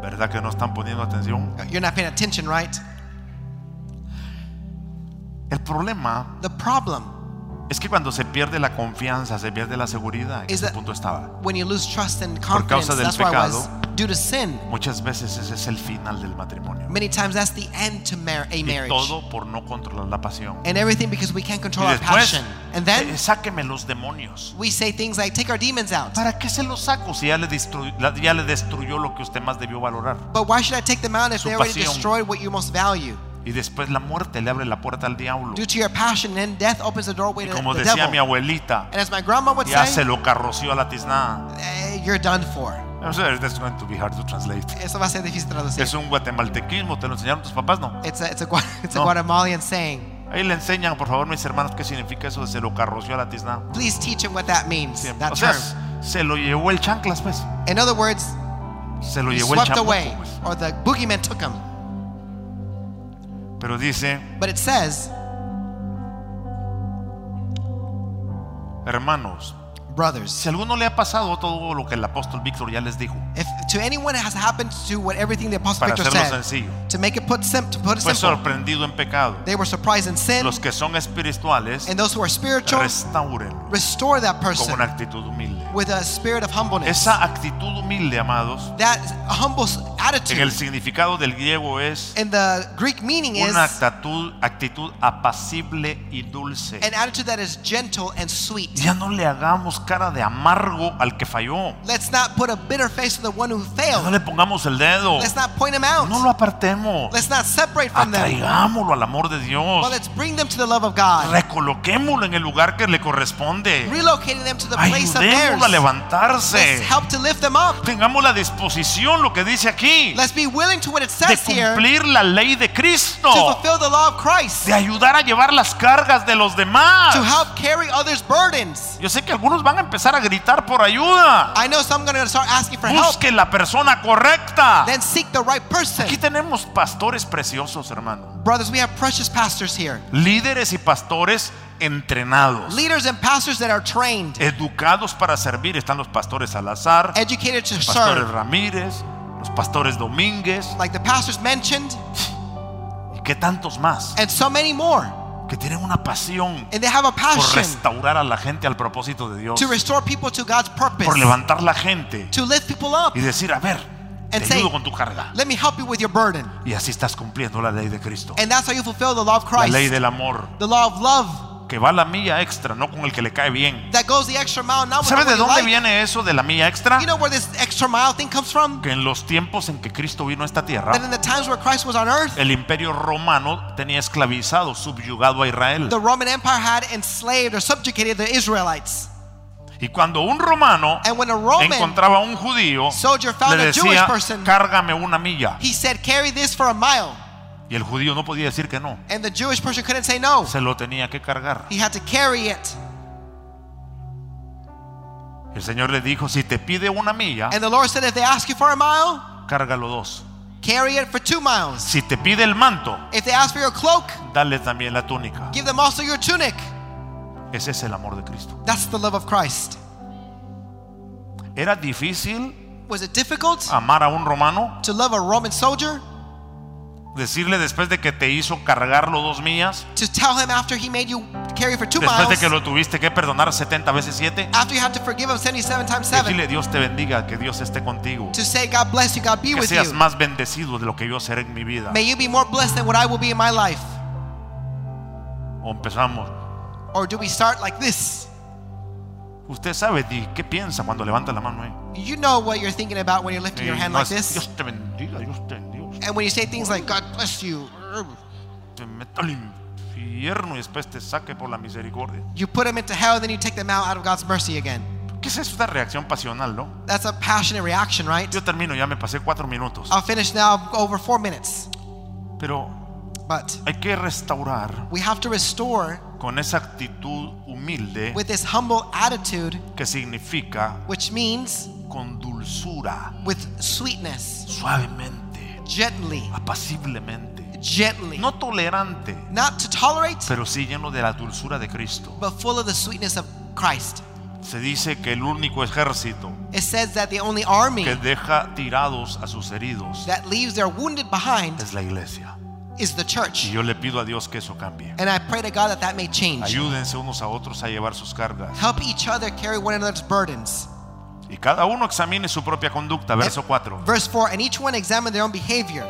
Speaker 1: ¿Verdad que no están poniendo atención?
Speaker 2: You're not paying attention, right?
Speaker 1: El problema
Speaker 2: The problem
Speaker 1: es que cuando se pierde la confianza, se pierde la seguridad. En
Speaker 2: Is
Speaker 1: ese
Speaker 2: that-
Speaker 1: punto estaba.
Speaker 2: when you lose trust and confidence,
Speaker 1: causa del
Speaker 2: that's why I was
Speaker 1: pecado.
Speaker 2: due to sin.
Speaker 1: Muchas veces ese es el final del matrimonio.
Speaker 2: Many times that's the end to mar- a
Speaker 1: Y
Speaker 2: marriage.
Speaker 1: todo por no controlar la pasión.
Speaker 2: And everything because we can't
Speaker 1: Y
Speaker 2: control our
Speaker 1: después,
Speaker 2: passion. And then
Speaker 1: eh, sáqueme los demonios.
Speaker 2: we say things like, take our demons out.
Speaker 1: ¿Para qué se los saco si ya le, destru- la- ya le destruyó lo que usted más debió valorar?
Speaker 2: But why should I take them out if
Speaker 1: Su
Speaker 2: they already
Speaker 1: pasión.
Speaker 2: destroyed what you most value?
Speaker 1: Y después la muerte le abre la puerta al diablo.
Speaker 2: Due to your passion, then death opens the doorway
Speaker 1: Y
Speaker 2: to
Speaker 1: como
Speaker 2: the
Speaker 1: decía
Speaker 2: devil.
Speaker 1: mi abuelita,
Speaker 2: and as my grandma would
Speaker 1: ya
Speaker 2: say,
Speaker 1: se lo carroció a la tiznada.
Speaker 2: "Eh, you're done for.
Speaker 1: Eso es- that's going to be hard to translate.
Speaker 2: Eso va a ser difícil traducir.
Speaker 1: Es un guatemaltequismo, te lo enseñaron tus papás, ¿no?
Speaker 2: It's a, it's a, Gua- *laughs* it's a
Speaker 1: No.
Speaker 2: Guatemalan saying.
Speaker 1: Ahí le enseñan, por favor, mis hermanos, qué significa eso de se lo carroció a la tiznada.
Speaker 2: Please teach him what that means, that
Speaker 1: O sea,
Speaker 2: term.
Speaker 1: se lo llevó el chanclas, pues.
Speaker 2: In other words,
Speaker 1: Oh, Se lo
Speaker 2: he
Speaker 1: llevó el pues.
Speaker 2: swept
Speaker 1: chanclas.
Speaker 2: away, or the boogeyman took him.
Speaker 1: Pero dice,
Speaker 2: But it says,
Speaker 1: hermanos,
Speaker 2: brothers,
Speaker 1: si a alguno le ha pasado todo lo que el apóstol Víctor ya les dijo,
Speaker 2: if to anyone it has happened to what everything the apostle
Speaker 1: para
Speaker 2: Victor
Speaker 1: hacerlo
Speaker 2: said,
Speaker 1: sencillo,
Speaker 2: to make it put sim- to put it
Speaker 1: fue
Speaker 2: simple,
Speaker 1: sorprendido en pecado.
Speaker 2: they were surprised in sin,
Speaker 1: Los que son espirituales,
Speaker 2: and those who are spiritual,
Speaker 1: restauren
Speaker 2: restore that
Speaker 1: con
Speaker 2: person
Speaker 1: una actitud humilde.
Speaker 2: with a spirit of humbleness.
Speaker 1: Esa actitud humilde, amados,
Speaker 2: That humble s-
Speaker 1: en el
Speaker 2: attitude,
Speaker 1: significado del griego es
Speaker 2: and the Greek meaning is
Speaker 1: una actitud, actitud apacible y dulce.
Speaker 2: an attitude that is gentle and sweet.
Speaker 1: Ya no le hagamos cara de amargo al que falló.
Speaker 2: Let's not put a bitter face to the one who
Speaker 1: Ya No
Speaker 2: failed.
Speaker 1: le pongamos el dedo.
Speaker 2: Let's not point them out.
Speaker 1: Oh. No lo apartemos.
Speaker 2: Let's not separate from them.
Speaker 1: Atraigámoslo al amor de
Speaker 2: But
Speaker 1: Dios.
Speaker 2: let's bring them to the love of God,
Speaker 1: Recoloquémoslo en el lugar que le corresponde.
Speaker 2: relocating them to the place of theirs.
Speaker 1: Ayudémoslo a levantarse.
Speaker 2: Let's help to lift them up.
Speaker 1: Tengamos la disposición, lo que dice aquí,
Speaker 2: Let's be willing to what it
Speaker 1: de
Speaker 2: says here to
Speaker 1: cumplir la ley de Cristo.
Speaker 2: fulfill the law of Christ,
Speaker 1: de ayudar a llevar las cargas de los demás.
Speaker 2: to help carry others' burdens.
Speaker 1: Yo sé que algunos van a empezar a gritar por ayuda.
Speaker 2: I know some are going to start asking for help,
Speaker 1: Busque la persona correcta.
Speaker 2: then seek the right person.
Speaker 1: Aquí tenemos pastores preciosos, hermano.
Speaker 2: Brothers, we have precious pastors here,
Speaker 1: Líderes y pastores entrenados,
Speaker 2: leaders and pastors that are trained,
Speaker 1: educados para servir. Están los pastores Salazar,
Speaker 2: educated to
Speaker 1: pastores
Speaker 2: serve,
Speaker 1: Ramírez, los pastores Domínguez
Speaker 2: like the pastors mentioned,
Speaker 1: y que tantos más
Speaker 2: and so many more.
Speaker 1: que tienen una pasión
Speaker 2: And they have a
Speaker 1: por
Speaker 2: passion
Speaker 1: restaurar a la gente al propósito de Dios,
Speaker 2: to restore people to God's purpose,
Speaker 1: por levantar la gente
Speaker 2: to lift people up.
Speaker 1: y decir, a ver, te
Speaker 2: And say-
Speaker 1: ayudo con tu carga.
Speaker 2: Let me help you with your burden.
Speaker 1: Y así estás cumpliendo la ley de Cristo.
Speaker 2: And that's how you fulfill the law of
Speaker 1: La
Speaker 2: Christ,
Speaker 1: ley del amor,
Speaker 2: the law of love
Speaker 1: que va la milla extra, no con el que le cae bien.
Speaker 2: that goes the extra mile, not with the
Speaker 1: ¿Sabes
Speaker 2: one
Speaker 1: de
Speaker 2: you
Speaker 1: dónde
Speaker 2: like.
Speaker 1: viene eso de la milla extra?
Speaker 2: You know where this extra mile thing comes from?
Speaker 1: Que en los tiempos en que Cristo vino a esta
Speaker 2: That
Speaker 1: tierra,
Speaker 2: in the times where Christ was on earth,
Speaker 1: el imperio romano tenía esclavizado, subyugado a Israel.
Speaker 2: the Roman Empire had enslaved or subjugated the Israelites.
Speaker 1: Y cuando un romano
Speaker 2: And when a Roman
Speaker 1: encontraba a un judío,
Speaker 2: soldier found
Speaker 1: le
Speaker 2: a Jewish
Speaker 1: decía,
Speaker 2: person-
Speaker 1: cárgame una milla.
Speaker 2: He said, Carry this for a mile.
Speaker 1: Y el judío no podía decir que no,
Speaker 2: And the Jewish person couldn't say no.
Speaker 1: se lo tenía que cargar.
Speaker 2: He had to carry it.
Speaker 1: El Señor le dijo, si te pide una milla,
Speaker 2: And the Lord said, If they ask you for a mile,
Speaker 1: cárgalo dos.
Speaker 2: carry it for two miles.
Speaker 1: Si te pide el manto,
Speaker 2: If they ask for your cloak,
Speaker 1: dale también la túnica.
Speaker 2: give them also your tunic.
Speaker 1: Ese es el amor de Cristo.
Speaker 2: That's the love of Christ.
Speaker 1: ¿Era difícil
Speaker 2: Was it difficult
Speaker 1: amar a un romano?
Speaker 2: to love a Roman soldier?
Speaker 1: Decirle después de que te hizo cargarlo dos millas,
Speaker 2: To tell him after he made you carry for two
Speaker 1: después de
Speaker 2: miles,
Speaker 1: que lo tuviste que perdonar 70 veces 7,
Speaker 2: after you had to forgive him 77 times 7,
Speaker 1: decirle Dios te bendiga, que Dios esté contigo,
Speaker 2: to say, God bless you, God be
Speaker 1: que
Speaker 2: with
Speaker 1: seas
Speaker 2: you.
Speaker 1: más bendecido de lo que yo seré en mi vida.
Speaker 2: May you be more blessed than what I will be in my life.
Speaker 1: O empezamos.
Speaker 2: Or do we start like this?
Speaker 1: Usted sabe di, qué piensa cuando levanta la mano. eh?
Speaker 2: You know what you're thinking about when you're lifting your
Speaker 1: Y
Speaker 2: hand
Speaker 1: no
Speaker 2: like
Speaker 1: es,
Speaker 2: this. Eh.
Speaker 1: Dios te bendiga, Dios te bendiga. usted
Speaker 2: And when you say things like, God bless you,
Speaker 1: Te meta al infierno y después te saque por la misericordia.
Speaker 2: you put them into hell, then you take them out out of God's mercy again.
Speaker 1: ¿Qué es esta reacción pasional, no?
Speaker 2: That's a passionate reaction, right?
Speaker 1: Yo termino, ya me pasé cuatro minutos.
Speaker 2: I'll finish now over four minutes.
Speaker 1: Pero
Speaker 2: But
Speaker 1: hay que restaurar
Speaker 2: we have to restore
Speaker 1: con esa actitud humilde
Speaker 2: with this humble attitude,
Speaker 1: que significa
Speaker 2: which means
Speaker 1: con dulzura,
Speaker 2: with sweetness,
Speaker 1: suavemente,
Speaker 2: gently,
Speaker 1: apaciblemente.
Speaker 2: gently.
Speaker 1: No tolerante,
Speaker 2: Not to tolerate,
Speaker 1: pero sí lleno de la dulzura de Cristo.
Speaker 2: but full of the sweetness of Christ.
Speaker 1: Se dice que el único ejército
Speaker 2: It says that the only army
Speaker 1: que deja tirados a sus heridos
Speaker 2: that leaves their wounded behind
Speaker 1: es la iglesia.
Speaker 2: is the
Speaker 1: Y
Speaker 2: church.
Speaker 1: yo le pido a Dios que eso cambie.
Speaker 2: And I pray to God that that may change.
Speaker 1: Ayúdense unos a otros a llevar sus cargas.
Speaker 2: Help each other carry one another's burdens.
Speaker 1: Y cada uno examine su propia conducta. Verso 4.
Speaker 2: Verse 4 And each one examine their own behavior.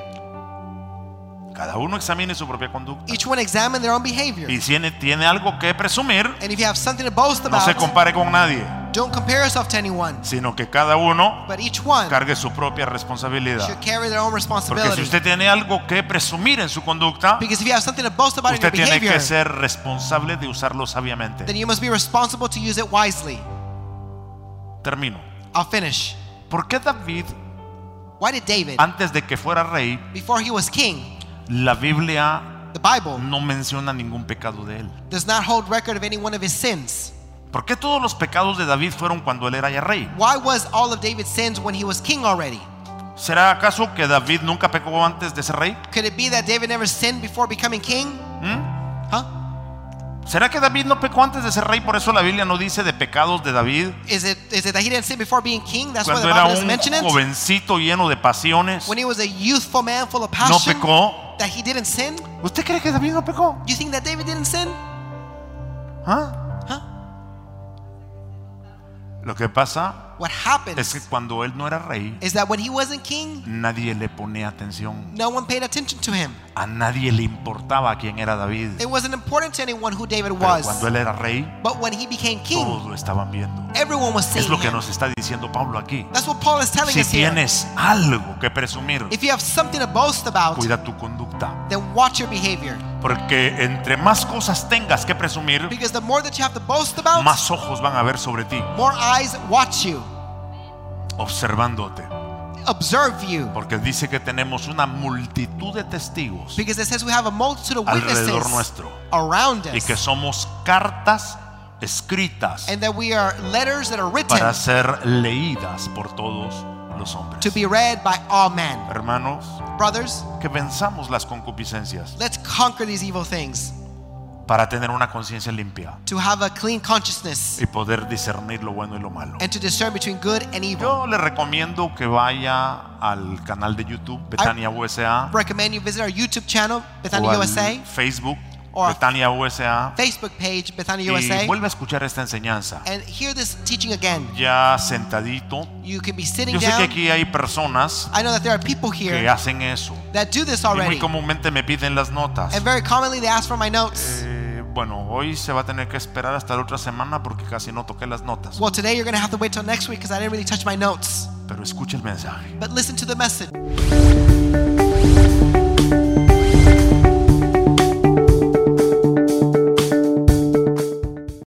Speaker 1: Cada uno examine su propia conducta.
Speaker 2: Each one examine their own behavior.
Speaker 1: Y si tiene, tiene algo que presumir,
Speaker 2: And if you have something to boast
Speaker 1: no se
Speaker 2: about,
Speaker 1: compare con nadie,
Speaker 2: don't compare yourself to anyone.
Speaker 1: sino que cada uno
Speaker 2: But each one
Speaker 1: cargue su propia responsabilidad.
Speaker 2: should carry their own
Speaker 1: Porque si
Speaker 2: responsibility.
Speaker 1: usted tiene algo que presumir en su conducta,
Speaker 2: Because if you have something to boast about in your
Speaker 1: usted tiene
Speaker 2: behavior,
Speaker 1: que ser responsable de usarlo
Speaker 2: then
Speaker 1: sabiamente.
Speaker 2: you must be responsible to use it wisely.
Speaker 1: Termino.
Speaker 2: I'll finish.
Speaker 1: ¿Por qué David,
Speaker 2: Why did David,
Speaker 1: antes de que fuera rey,
Speaker 2: before he was king,
Speaker 1: la Biblia
Speaker 2: the Bible
Speaker 1: no menciona ningún pecado de él.
Speaker 2: does not hold record of any one of his sins?
Speaker 1: ¿Por qué todos los pecados de David fueron cuando él era ya rey?
Speaker 2: Why was all of David's sins when he was king already?
Speaker 1: ¿Será acaso que David nunca pecó antes de ser rey?
Speaker 2: Could it be that David never sinned before becoming king?
Speaker 1: ¿Mm?
Speaker 2: Huh?
Speaker 1: ¿Será que David no pecó antes de ser rey? Por eso la Biblia no dice de pecados de David
Speaker 2: Is it is it that he didn't sin before being king? That's why the
Speaker 1: cuando era
Speaker 2: Bible doesn't mention
Speaker 1: un
Speaker 2: it.
Speaker 1: jovencito lleno de pasiones.
Speaker 2: When he was a youthful man full of
Speaker 1: No
Speaker 2: passion,
Speaker 1: pecó.
Speaker 2: that he didn't sin.
Speaker 1: ¿Usted cree que David no pecó?
Speaker 2: You think that David didn't sin?
Speaker 1: ¿Ah?
Speaker 2: Huh?
Speaker 1: Lo que pasa
Speaker 2: What
Speaker 1: es que
Speaker 2: happens
Speaker 1: cuando él no era rey,
Speaker 2: is that when he wasn't king,
Speaker 1: nadie le ponía atención.
Speaker 2: no one paid attention to him.
Speaker 1: A nadie le importaba quién era David.
Speaker 2: It wasn't important to anyone who
Speaker 1: Pero
Speaker 2: David was.
Speaker 1: cuando él era rey,
Speaker 2: But when he became king,
Speaker 1: todos lo estaban viendo.
Speaker 2: everyone was
Speaker 1: Es
Speaker 2: seeing
Speaker 1: lo que
Speaker 2: him.
Speaker 1: nos está diciendo Pablo aquí.
Speaker 2: That's what Paul is telling
Speaker 1: Si
Speaker 2: us here.
Speaker 1: tienes algo que presumir,
Speaker 2: If you have something to boast about,
Speaker 1: cuida tu conducta.
Speaker 2: then watch your behavior.
Speaker 1: Porque entre más cosas tengas que presumir,
Speaker 2: Because the more that you have to boast about,
Speaker 1: más ojos van a ver sobre ti,
Speaker 2: more eyes watch you,
Speaker 1: observándote.
Speaker 2: observe you.
Speaker 1: Porque dice que tenemos una multitud de testigos
Speaker 2: Because it says we have a multitude of
Speaker 1: alrededor
Speaker 2: witnesses
Speaker 1: nuestro
Speaker 2: around
Speaker 1: y que
Speaker 2: us.
Speaker 1: somos cartas escritas
Speaker 2: And that we are letters that are written
Speaker 1: para ser leídas por todos los
Speaker 2: to
Speaker 1: hombres.
Speaker 2: be read by all men.
Speaker 1: Hermanos,
Speaker 2: Brothers,
Speaker 1: que venzamos las concupiscencias
Speaker 2: let's conquer these evil things
Speaker 1: para tener una conciencia limpia
Speaker 2: to have a clean consciousness
Speaker 1: y poder discernir lo bueno y lo malo.
Speaker 2: and to discern between good and evil.
Speaker 1: Yo le recomiendo que vaya al canal de YouTube Betania USA
Speaker 2: recommend you visit our YouTube channel,
Speaker 1: o
Speaker 2: Bethany
Speaker 1: al
Speaker 2: USA,
Speaker 1: Facebook
Speaker 2: Or-
Speaker 1: Betania USA
Speaker 2: Facebook page, Bethany
Speaker 1: y
Speaker 2: USA,
Speaker 1: vuelve a escuchar esta enseñanza
Speaker 2: and hear this teaching again.
Speaker 1: ya sentadito.
Speaker 2: You can be sitting
Speaker 1: Yo sé que
Speaker 2: down.
Speaker 1: aquí hay personas
Speaker 2: I know that there are people
Speaker 1: que
Speaker 2: here
Speaker 1: hacen eso
Speaker 2: that do this
Speaker 1: y muy
Speaker 2: already.
Speaker 1: comúnmente me piden las notas.
Speaker 2: And very commonly they ask for my notes.
Speaker 1: Eh, bueno, hoy se va a tener que esperar hasta la otra semana porque casi no toqué las notas.
Speaker 2: Well, today you're going to have to wait till next week because I didn't really touch my notes.
Speaker 1: Pero escuche el mensaje.
Speaker 2: But listen to the message.